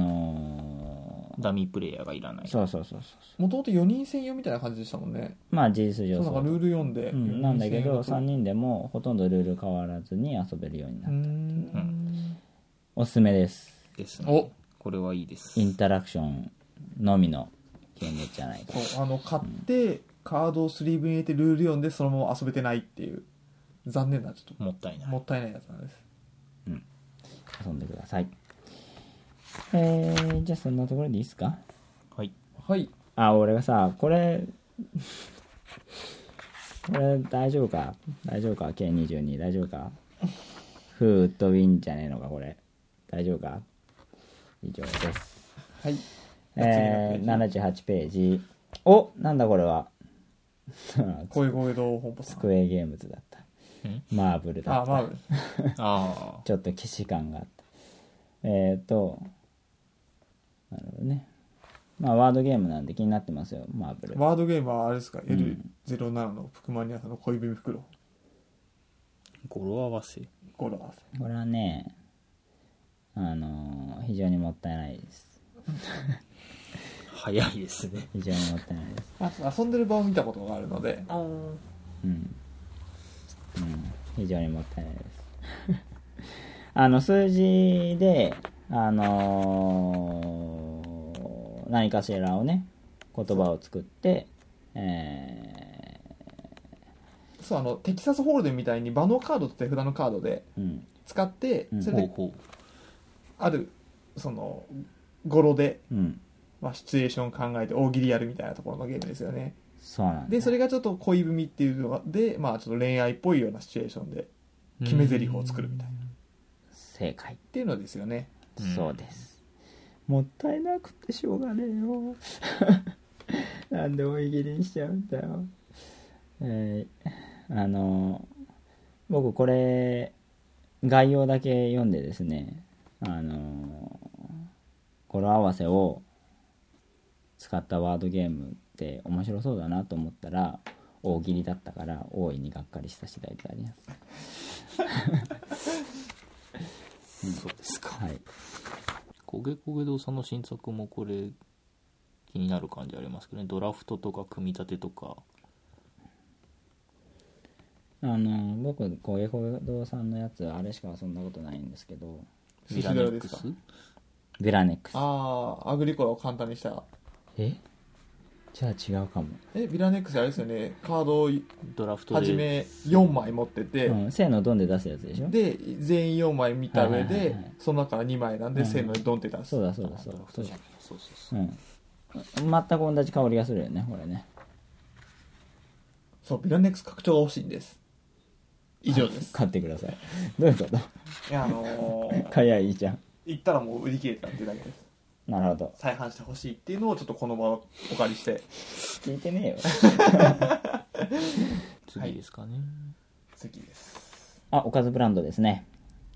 のダミープレイヤーがいらなーいそうそうそうそうそもともと4人専用みたいな感じでしたもんねう。まあ事実そ上うなそんかルーう。ル読んで、うん、なんだけど、3三人でもほとんどルール変わらずに遊べるようになうる。うんおすすめです。ですおねこれはいいですインタラクションのみのゲームじゃないか。そうあの買ってカードをスリーブに入れてルール読んでそのまま遊べてないっていう残念なちょっもったいなといもったいないやつなんです遊んでください。えー、じゃあそんなところでいいですかはいはいあ、俺がさ、これ、 これ大丈夫か大丈夫か ?K22 大丈夫かフーとウィンじゃねえのかこれ。大丈夫か以上です。はいえー、78ページ。おなんだこれは こういうご誘導本舗さん机ゲームズだったん。マーブルだった。あまあああちょっと既視感があった。えっ、ー、と、なるほどね。まあ、ワードゲームなんで気になってますよ、マーブル。ワードゲームはあれですか、ん L07 の福マニアさんの恋文袋語呂合わせゴロワさこれはね、あのー非常にもったいないです。早いですね非常にもったいないです。んあと遊んでる場を見たことがあるのでうん。うん、非常にもったいないです。 あの、数字で、あのー何かしらをね、言葉を作って、えそうあのテキサスホールデンみたいに場のカードと手札のカードでーうん、使ってうんそほれうでほあるその語呂で、うん、まあ、シチュエーションを考えて大喜利やるみたいなところのゲームですよねそうなんだでそれがちょっと恋文っていうのがで、まあ、ちょっと恋愛っぽいようなシチュエーションでっう決め台詞を作るみたいな正解、ていうのですよねうんそうですもったいなくてしょうがねえよ なんで追い切りにしちゃうんだよえーあの僕これ概要だけ読んでですねあの語呂合わせを使ったワードゲームって面白そうだなと思ったら大喜利だったから大いにがっかりした次第であります そうですかはい焦げ焦げ堂さんの新作もこれ気になる感じありますけどねドラフトとか組み立てとかあの僕小江小堂さんのやつあれしか遊んだことないんですけどミラネックスベラネックスああアグリコラを簡単にしたえじゃあ違うかも、えビラネックスあれですよねカードをドラフト初でめ4枚持ってて、うん、せーのドンで出すやつでしょで全員4枚見た上で、はいはいはいはいその中から2枚なんで、うんせーのでドンって出すそうだそうあだそドラうだフそトうじゃだねえそうそうそううん全く同じ香りがするよねこれねそうビラネックス拡張が欲しいんです以上です買ってください どういうこといやあのー買いゃいいじゃん行ったらもう売り切れたっていうだけですなるほど再販してほしいっていうのをちょっとこの場をお借りして聞いてねえよ次ですかね、次ですあおかずブランドですね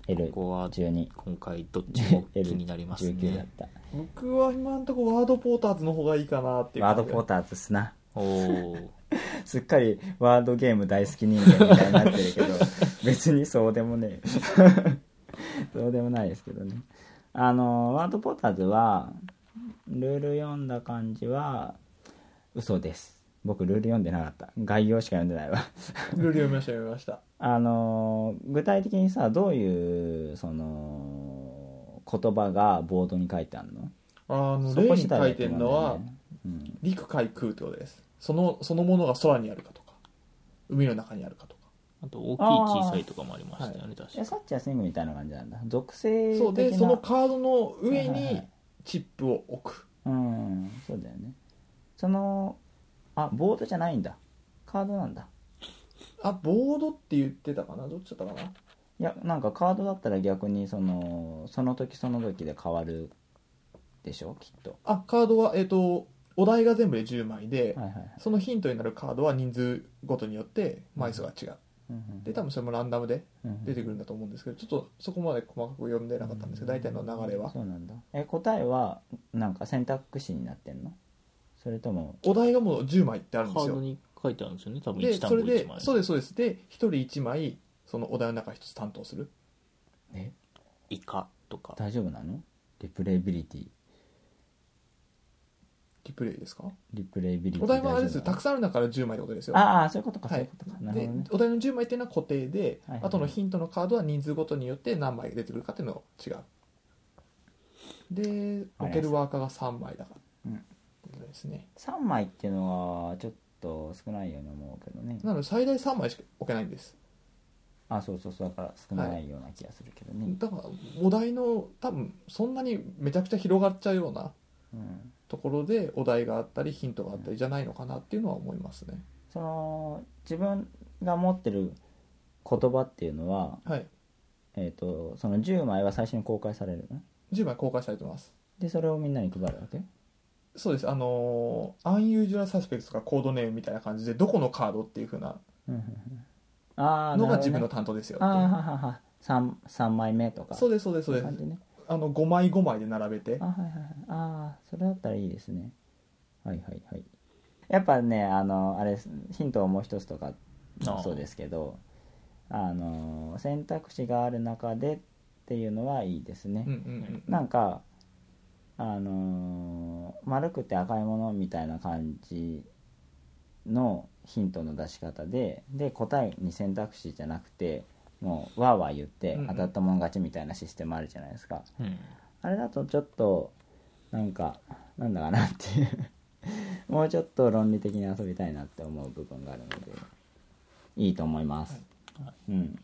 ここは L12 今回どっちも気になり ます L19 だっねた僕は今んとこワードポーターズの方がいいかなっていうワー感じドポーターズすなおおすっかりワードゲーム大好き人間みたいになってる けど別にそうでもねえ そうでもないですけどねあのワードポーターズはルール読んだ感じは嘘です僕ルール読んでなかった概要しか読んでないわルール読みました読みましたあの具体的にさどういうその言葉がボードに書いてあるのあのそ例こに次第書だいてとる思のは、うんだよねうん陸海空ってことですそのそのものが空にあるかとか海の中にあるかとかあと大きい小さいとかもありましたよね確えかサッチャースイングみたいな感じなんだ属性的なそうでそのカードの上はいはいはにいチップを置くうんそうだよねそのあボードじゃないんだカードなんだあボードって言ってたかなどっちだったかないやなんかカードだったら逆にそのその時その時で変わるでしょきっとあカードはえっ、とお題が全部で10枚で、はいはいはい、そのヒントになるカードは人数ごとによって枚数が違ううんうんで多分それもランダムでうん出てくるんだと思うんですけどちょっとそこまで細かく読んでなかったんですけど大体の流れはそうなんだえ答えはなんか選択肢になってんのそれともお題がもう10枚ってあるんでカすードよに書いてあるんですよね多分で1単そ語れで1枚そうですそうですで1人1枚そのお題の中1つ担当するえイカとか大丈夫なのリプレイビリティリプレイですかリプレイビリティお題はあれですよたくささんある中から10枚ってことですよああそういうことか、はそういいうことかなるでほどねお題の10枚っていうのは固定で、はいはいあとのヒントのカードは人数ごとによって何枚出てくるかっていうのが違うでわかりました置けるワーカーが3枚だからうっんてことですね3枚っていうのはちょっと少ないように思うけどねなので最大3枚しか置けないんですあそうそうそうだから少ないような気がするけどね、だからお題の多分そんなにめちゃくちゃ広がっちゃうようなうん、ところでお題があったりヒントがあったりじゃないのかなっていうのは思いますねその自分が持ってる言葉っていうのは、はいえー、とその10枚は最初に公開されるの10枚公開されてますでそれをみんなに配るわけそうですあのーアンユージュアルサスペクトとかコードネームみたいな感じでどこのカードっていう風なうんうんうんああのが自分の担当ですよってあいうあーははは 3, 三枚目とかそうですそうですそうです感じねあの5枚5枚で並べてあはいはいはいあーそれだったらいいですねはいはいはいやっぱねあのあれですヒントをもう一つとかあーそうですけどあの選択肢がある中でっていうのはいいですね、うんうんうんなんかあのー丸くて赤いものみたいな感じのヒントの出し方でで答えに選択肢じゃなくてもうわーわー言ってうんうん当たったもの勝ちみたいなシステムあるじゃないですか、うんあれだとちょっとなんかなんだかなっていうもうちょっと論理的に遊びたいなって思う部分があるのでいいと思います、うん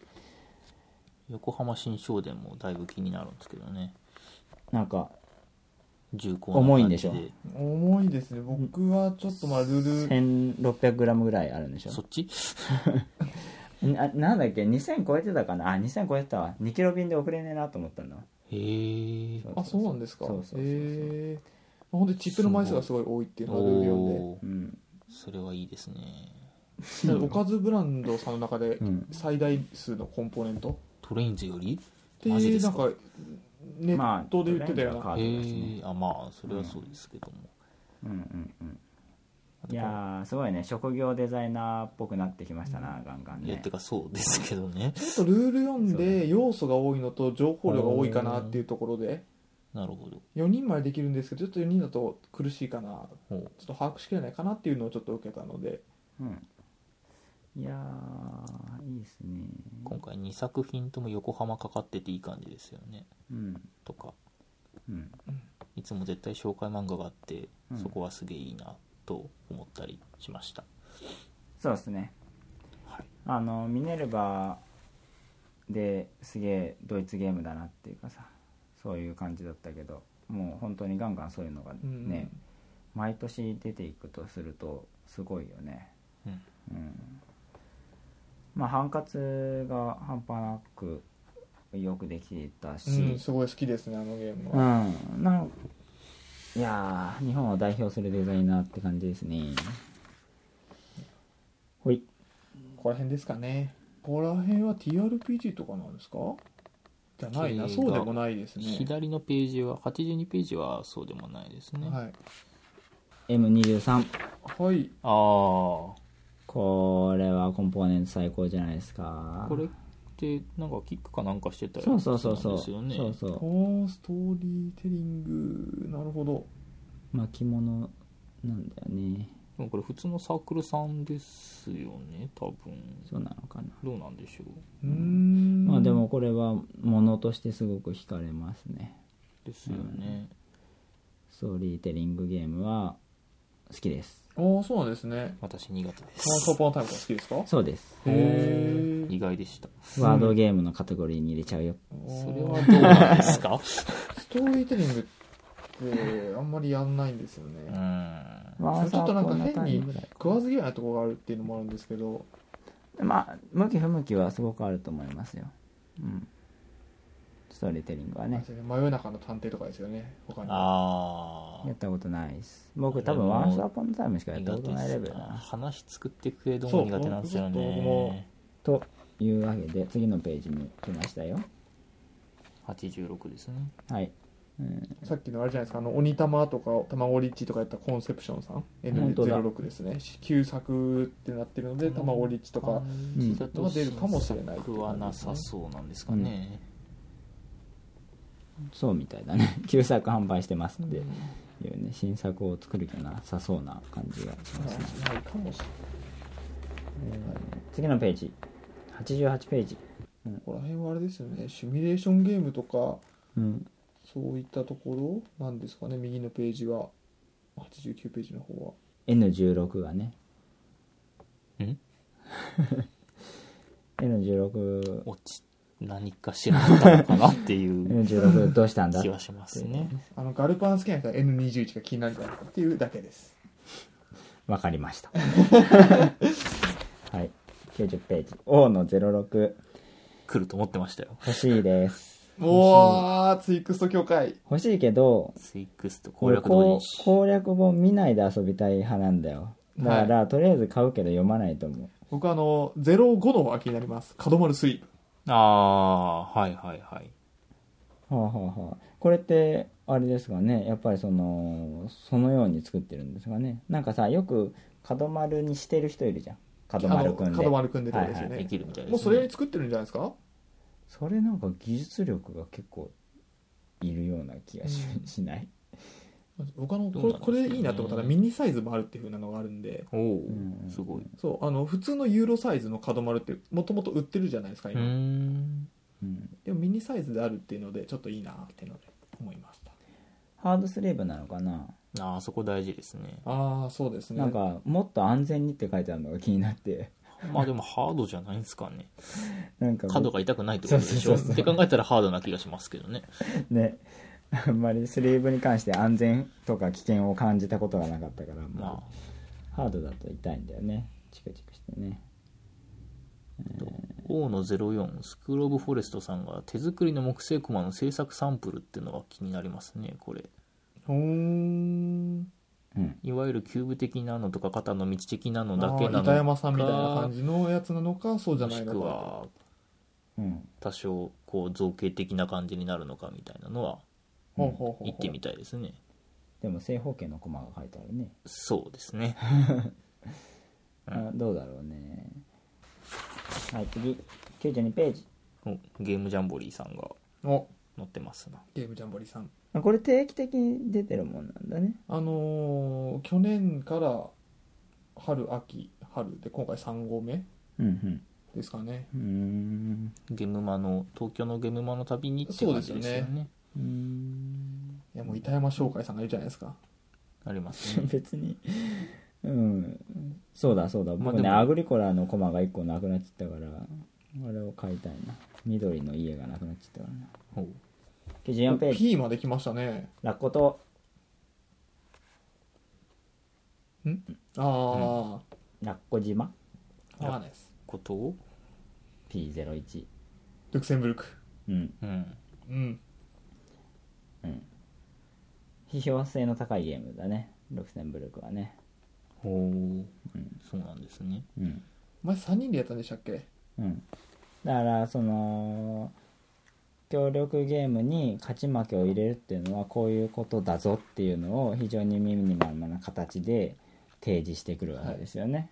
横浜新商店もだいぶ気になるんですけどねなんか重厚重いんでしょ重いですね僕はちょっとまあルール 1600g ぐらいあるんでしょそっちななんだっけ2000超えてたかなあ2000超えてたわ2キロ便で遅れねえなと思ったんだわへえあそうなんですかへそうそうそうそうえほんでチップの枚数がすごい多いっていうのがルールおおうんそれはいいですね読んでおかずブランドさんの中でうん最大数のコンポーネントっトレインズよりてマジいでうすなんかかネットで言ってたよまあなへトレインえズはカードですねあまあそれはそうですけども、うんうんうんいやーすごいね職業デザイナーっぽくなってきましたな、ガンガンいやねてかそうですけどねちょっとルール読んで要素が多いのと情報量が多いかなっていうところでなるほど4人までできるんですけどちょっと4人だと苦しいかなほうちょっと把握しきれないかなっていうのをちょっと受けたのでうんいやーいいですね今回2作品とも横浜かかってていい感じですよねうんとかうんいつも絶対紹介漫画があって、うんそこはすげえいいなと思ったりしましたそうですねはいあのミネルバですげえドイツゲームだなっていうかさそういう感じだったけどもう本当にガンガンそういうのがね、うん毎年出ていくとするとすごいよねうんうんまあハンカツが半端なくよくできたし、うんすごい好きですねあのゲームうはん、なんいやー日本を代表するデザイナーって感じですねほいここら辺ですかねここら辺は TRPG とかなんですかじゃないな経営そがうでもないですね左のページは82ページはそうでもないですね、はい M23 はいああここれはコンポーネント最高じゃないですかれってなんかキックかなんかしてたやつそうそうそうなそんうですよねそうそうおーストーリーテリングなるほど巻物なんだよねでもこれ普通のサークルさんですよね多分そうなのかなどうなんでしょううーんまあでもこれは物としてすごく惹かれますねですよね、ストーリーテリングゲームは好きですああそうなんですね私苦手ですトランスフォーパータイムが好きですかそうですへ意外でしたワードゲームのカテゴリーに入れちゃうよえそれはどうなんですか ストーリーテリングってあんまりやんないんですようねんワーちょっとなんか変にぐらい食わず嫌いなところがあるっていうのもあるんですけどまあ向き不向きはすごくあると思いますよ、うん、ストーリーテリングあはれでねすよね真夜中の探偵とかですよね他にあやあったことないです僕多分ワンスアポンタイムしかやったことないレベルだな話作ってくれども苦手なんですよそう僕もねというわけで次のページに来ましたよ86ですねはい、うん、さっきのあれじゃないですかあの鬼玉とか卵リッチとかやったコンセプションさん本当だ N06 ですね旧作ってなってるので卵リッチとか感じだとうん出るかもしれない新作はなさそうなんですかね、そうみたいだね 旧作販売してますっていうね新作を作る気なさそうな感じがしますねないかもしれない次のページ88ページここら辺はあれですよねシミュレーションゲームとかうんそういったところなんですかね右のページは89ページの方は N16 がねん N16N16 落ち何かしらあったのかなってい うどうしたんだ気はしますねあのガルパン好きな人は N21 が気になるんじゃないかっていうだけですわかりましたはい90ページ O の06来ると思ってましたよ欲しいですおーツイクスト協会欲しいけどツイクスと攻俺略同こ人う誌攻略本見ないで遊びたい派なんだよだから、とりあえず買うけど読まないと思う僕あの05の方が気になります角丸スイープああーはいはいはいはあはあはあ、これってあれですかねやっぱりそのそのように作ってるんですかねなんかさよく角丸にしてる人いるじゃん角丸くんあので角丸くんでってことですよね、はいできるみたいです、ね、もうそれに作ってるんじゃないですかそれなんか技術力が結構いるような気がし,、うんしない、僕あのどこうれなんですかねこれいいなと思ったらミニサイズもあるっていう風なのがあるんでおお、んすごいそうあの普通のユーロサイズの角丸ってもともと売ってるじゃないですかうー今、んうん、でもミニサイズであるっていうのでちょっといいなっていうので思いましたハードスリーブなのかなああそこ大事ですねああそうですねなんか「もっと安全に」って書いてあるのが気になって まあでもハードじゃないんですかねなんか角が痛くないってことでしそょうっそうそてう考えたらハードな気がしますけどねね あんまりスリーブに関して安全とか危険を感じたことがなかったから、ままああ、ハードだと痛いんだよねチクチクしてね O の04スクール・オブ・フォレストさんが手作りの木製駒の制作サンプルっていうのが気になりますねこれうーんうんいわゆるキューブ的なのとか肩の道的なのあだけなーの板か山さんみたいな感じのやつなのかそうじゃもなしいのくかはうん多少こう造形的な感じになるのかみたいなのはほうほうほうほう行ってみたいですねでも正方形のコマが書いてあるね、そうですね うんあどうだろうねはい次92ページおゲームジャンボリーさんがお載ってますなゲームジャンボリーさんあこれ定期的に出てるもんなんだねあのー去年から春秋春で今回3号目うんですかねうんうーんゲームマの東京のゲームマの旅にっていう感じですよねそうですようーんいやもう板山商会さんがいるじゃないですかありますね 別にうんそうだそうだまあ僕ね、でもアグリコラのコマが1個なくなっちゃったからあれを買いたいな緑の家がなくなっちゃったからなお94ページ P まで来ましたねラッコとああ、ラッコ島わかんないですことを P01 ルクセンブルクうんうんうんうん批評性の高いゲームだねルクセンブルクはねおおうんそうなんですねうん前3人でやったんでしたっけうんだからその協力ゲームに勝ち負けを入れるっていうのはこういうことだぞっていうのを非常にミニマルな形で提示してくるわけですよね、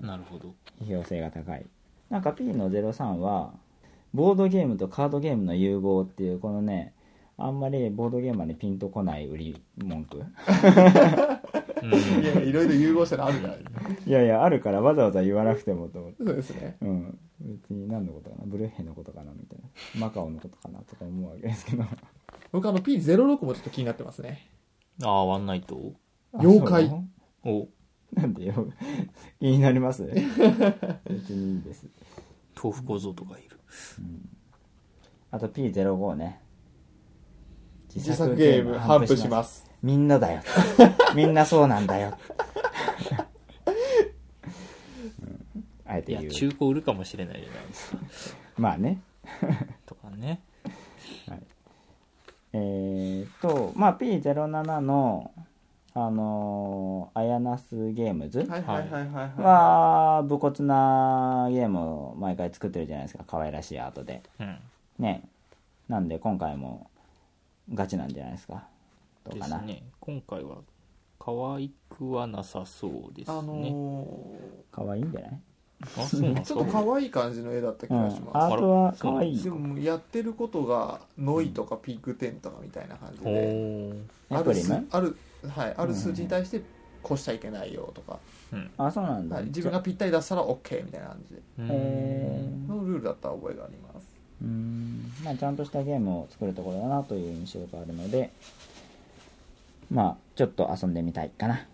なるほど批評性が高いなんか P の03はボードゲームとカードゲームの融合っていうこのねあんまりボードゲーマーにピンとこない売り文句 うんいやいろいろ融合したのあるから いやいやあるからわざわざ言わなくてもと思ってそうですねうん別に何のことかなブルーヘのことかなみたいなマカオのことかなとか思うわけですけど僕あの P06 もちょっと気になってますねああワンナイト妖怪おなんでよ気にな ります別にいいです、豆腐小僧とかいるうんあと P05 ね自作ゲーム反布しますすみん なだよみんなそうなんだよ、うんあえいてや言中う古売るかもしれないじゃないですかまあねとかねえーっとまあ P07 のあのーアヤナスゲームズはいはいはいはいはいは武骨なゲームを毎回作ってるじゃないですか可愛らしいアートでうんねなんで今回もガチなんじゃないですかどうでかすな、ね今回は可愛くはなさそうですあね、の可愛いんじゃない、あそうなんでー、ちすょかっと可愛い感じの絵だった気うん、がアします、ートは可愛いでもやってることがノイとかピッグテンとかみたいな感じおで、おーあアプるリすねあるはいある数字に対して越しちゃいけないよとか、うんあそうなんだ、はい、自分がぴったり出したら OK みたいな感じでうんえのルールだった覚えがありますーうんまあちゃんとしたゲームを作るところだなという印象があるのでまあちょっと遊んでみたいかな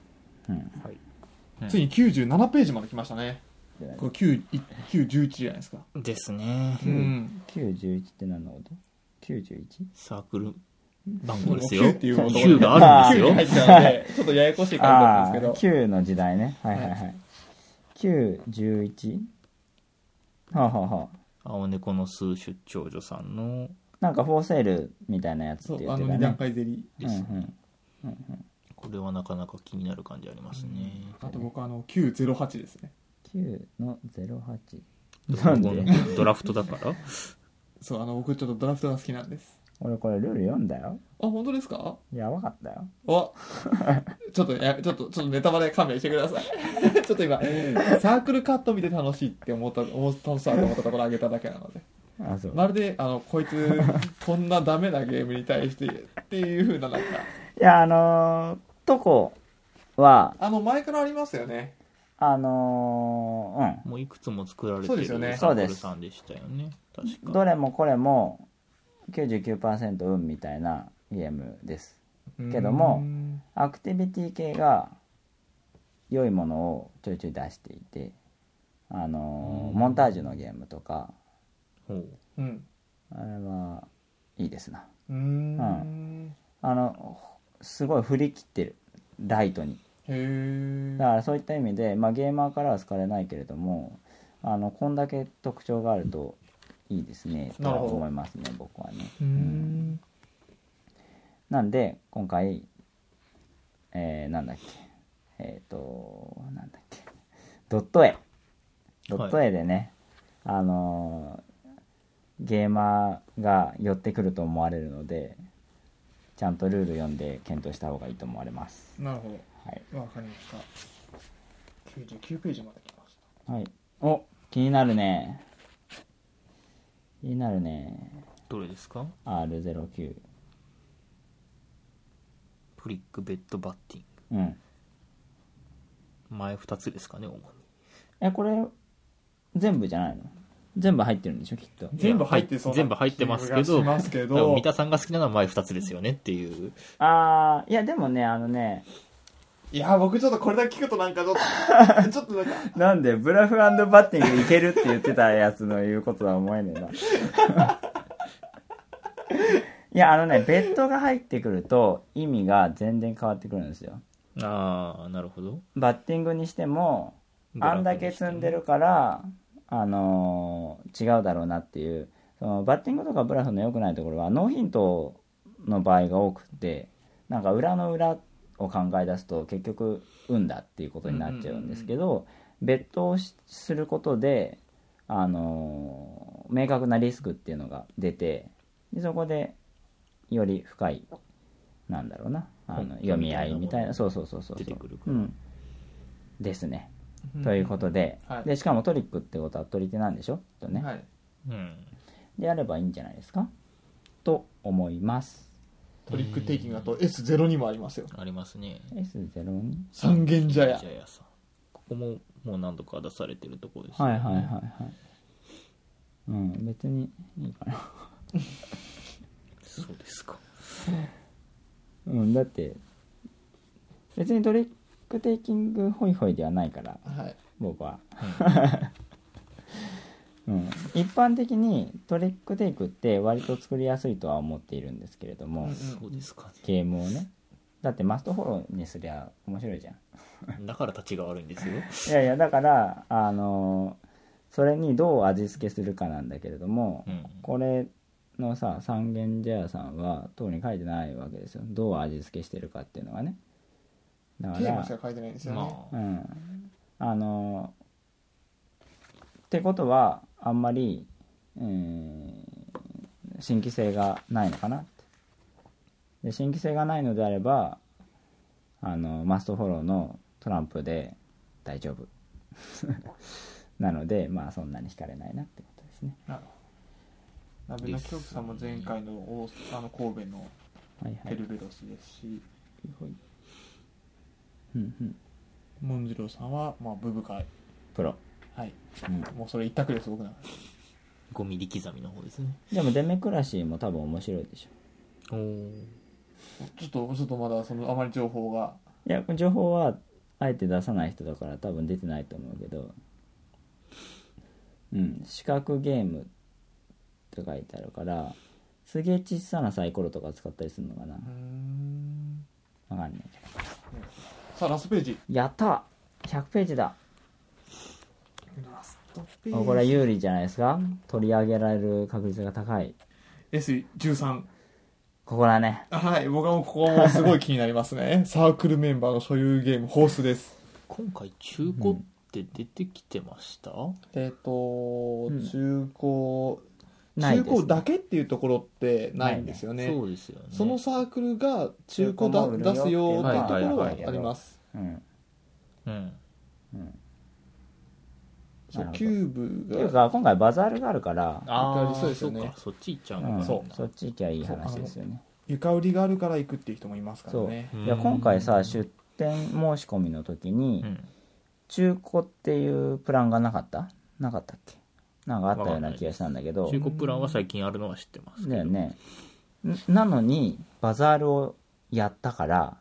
うんはいついに97ページまで来ましたねじゃないこれ9 911じゃないですかですねうん911って何のこと 91? サークル番号ですよ9っていう男9があるんですよ9に入ってたのでちょっとややこしい感じだあったんあですけど9の時代ねはいはいははい911はあはあはあ青猫の数出張所さんのなんかフォーセールみたいなやつそってう言あってのた2段ね階ゼリですね、うんうんこれはなかなか気になる感じありますね、ーあと僕あの908ですね9の08ドなラんゴンでドラフトだからそうあの僕ちょっとドラフトが好きなんです俺これルール読んだよあ本当ですかやばかったよおちょっとや、ちょっと、ちょっとネタバレ勘弁してください。 ちょっと今、サークルカット見て楽しいって思った、思った楽しそうだと思ったところあげただけなので。あそう、 まるで、あの、こいつ、こんなダメなゲームに対して、っていう風な、なんか、いやあのー、とこはあの、前からありますよね。あの ー、もういくつも作られてそうるですよねサークルさんでしたよね確うんかどれもこれも99%運みたいなゲームですうんけどもアクティビティ系が良いものをちょいちょい出していてあのうんモンタージュのゲームとかほううんあれはいいですなうーんあのすごい振り切ってるライトにへえだからそういった意味で、まあ、ゲーマーからは好かれないけれどもあのこんだけ特徴があるといいですねとなるはほど思いますね僕はねうーんなんで今回えー、なんだっけえっ、となんだっけドット絵ドット絵でね、あのーゲーマーが寄ってくると思われるのでちゃんとルール読んで検討した方がいいと思われますなるほはい、どわかりました99ページまで来ましはい、お気になるね気になるねどれですか R09 プリックベッドバッティンうんグ前2つですかね主にえこれ全部じゃないの全部入ってるんでしょきっとた全部入ってそうな全部入ってますけ気がどしますけ多分ど三田さんが好きなのは前2つですよねっていうああいやでもねあのねいや僕ちょっとこれだけ聞くとなんかちょ っとちょっとなんかなんでブラフバッティングいけるって言ってたやつの言うことは思えねえない やあのねベッドが入ってくると意味が全然変わってくるんですよああなるほどバッティングにしてもあんだけ積んでるから、あのー違うだろうなっていうそのバッティングとかブラフの良くないところはノーヒントの場合が多くてなんか裏の裏を考え出すと結局運だっていうことになっちゃうんですけど、ベッドをしすることで、あのー明確なリスクっていうのが出てでそこでより深いなんだろうなあの本読み合いみたいみたいなものなそうそうそうそう出てそうくるかうらん、ですねということで,、はいでしかもトリックってことは取り手なんでしょとね、はいうんであればいいんじゃないですかと思いますトリックテイキングだと S02 もありますよありますね S02 三軒茶屋じゃあやさんここももう何度か出されてるとこですねはいはいはいはいうん別にいいかな、そうですかうん、だって別にトリックテイキングホイホイではないからはい僕は、うん、一般的にトリックテイクって割と作りやすいとは思っているんですけれども、うんそうですかゲームをねだってマストフォローにすりゃ面白いじゃんねだから立ちが悪いんですよいやいやだからあのそれにどう味付けするかなんだけれども、うんこれのさ三軒茶屋さんは特に書いてないわけですよどう味付けしてるかっていうのがねだかテーマらしか書いてないんですよね、まうあんあのってことはあんまり、うん、新規性がないのかなってで新規性がないのであればあのマストフォローのトランプで大丈夫 なのでまあそんなに惹かれないなってことですねなるほど鍋の京子さんも前回の大あの神戸のはいはケいルベロスですし、うんうんモンジローさんは、まあ、ブブ会プロ、はいうん、もうそれ一択です僕なんか5ミリ刻みの方ですねでもデメクラシーも多分面白いでしおょおちょっとちょっとまだそのあまり情報がいや情報はあえて出さない人だから多分出てないと思うけどうん四角ゲームって書いてあるからすげえ小さなサイコロとか使ったりするのかなうーんわかんないけどさあラストページやった100ページだラストペおこれは有利じゃないですか取り上げられる確率が高い S13 ここだねはい僕はもうここもすごい気になります ねサークルメンバーの所有ゲームホースです今回中古って出てきてました、えっ、と、うん中古ない中ですね古だけっていうところってないんですよねそうですよねそのサークルが中古中古も売るだよ出すよっていうところははあいはいはいります。うんうんうんそうなるキほどューっていブがうか今回バザールがあるからりあそあうそうですよねかそっち行っちゃううん、のそうかそっち行きゃいい話ですよね床売りがあるから行くっていう人もいますからそう、ね。うんいや今回さ出店申し込みの時になうん中古っていうプランがなかったなかったっけなんかあったような気がしたんだけど中古プランは最近あるのは知ってますけどだよねんなのにバザールをやったから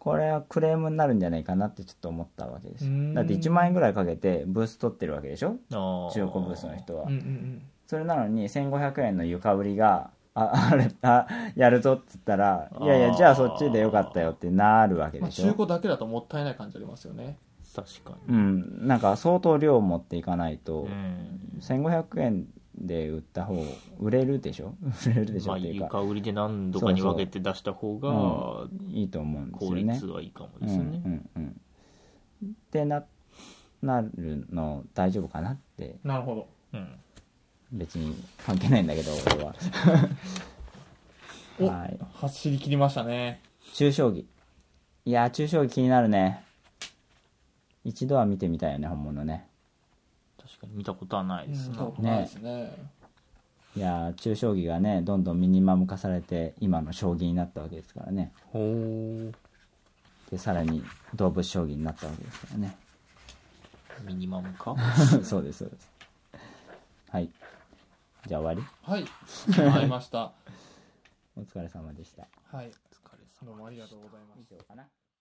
これはクレームになるんじゃないかなってちょっと思ったわけですうーんよだって1万円ぐらいかけてブース取ってるわけでしょあ中古ブースの人はうんうんそれなのに1500円の床売りがああ れあやるぞっつったらいやいあやーじゃあそっちでよかったよってなるわけうんまあ、でし中ょ古だけだともったいない感じありますよね確かうんなんか相当量を持っていかないとにうん1500円で売った方売れるでしょ 売れるでしまょあっていうか床売りで何度かに分けて出した方がいいと思うんですよ効ね率はいいかもですよねうんうんうん、ってななるの大丈夫かなってなるほどうん別に関係ないんだけど 俺はお、はい走り切りましたね中将棋いやー中将棋気になるね一度は見てみたいよね本物ね確かに見たことはないでうすんね多分ないですねいやー中将棋がねどんどんミニマム化されて今の将棋になったわけですからねほうでさらに動物将棋になったわけですからね ミニマムかそうですそうですはいじゃあ終わはい決まりましたりお疲れ様でしたはい疲れ様どうもありがとうございました以上かな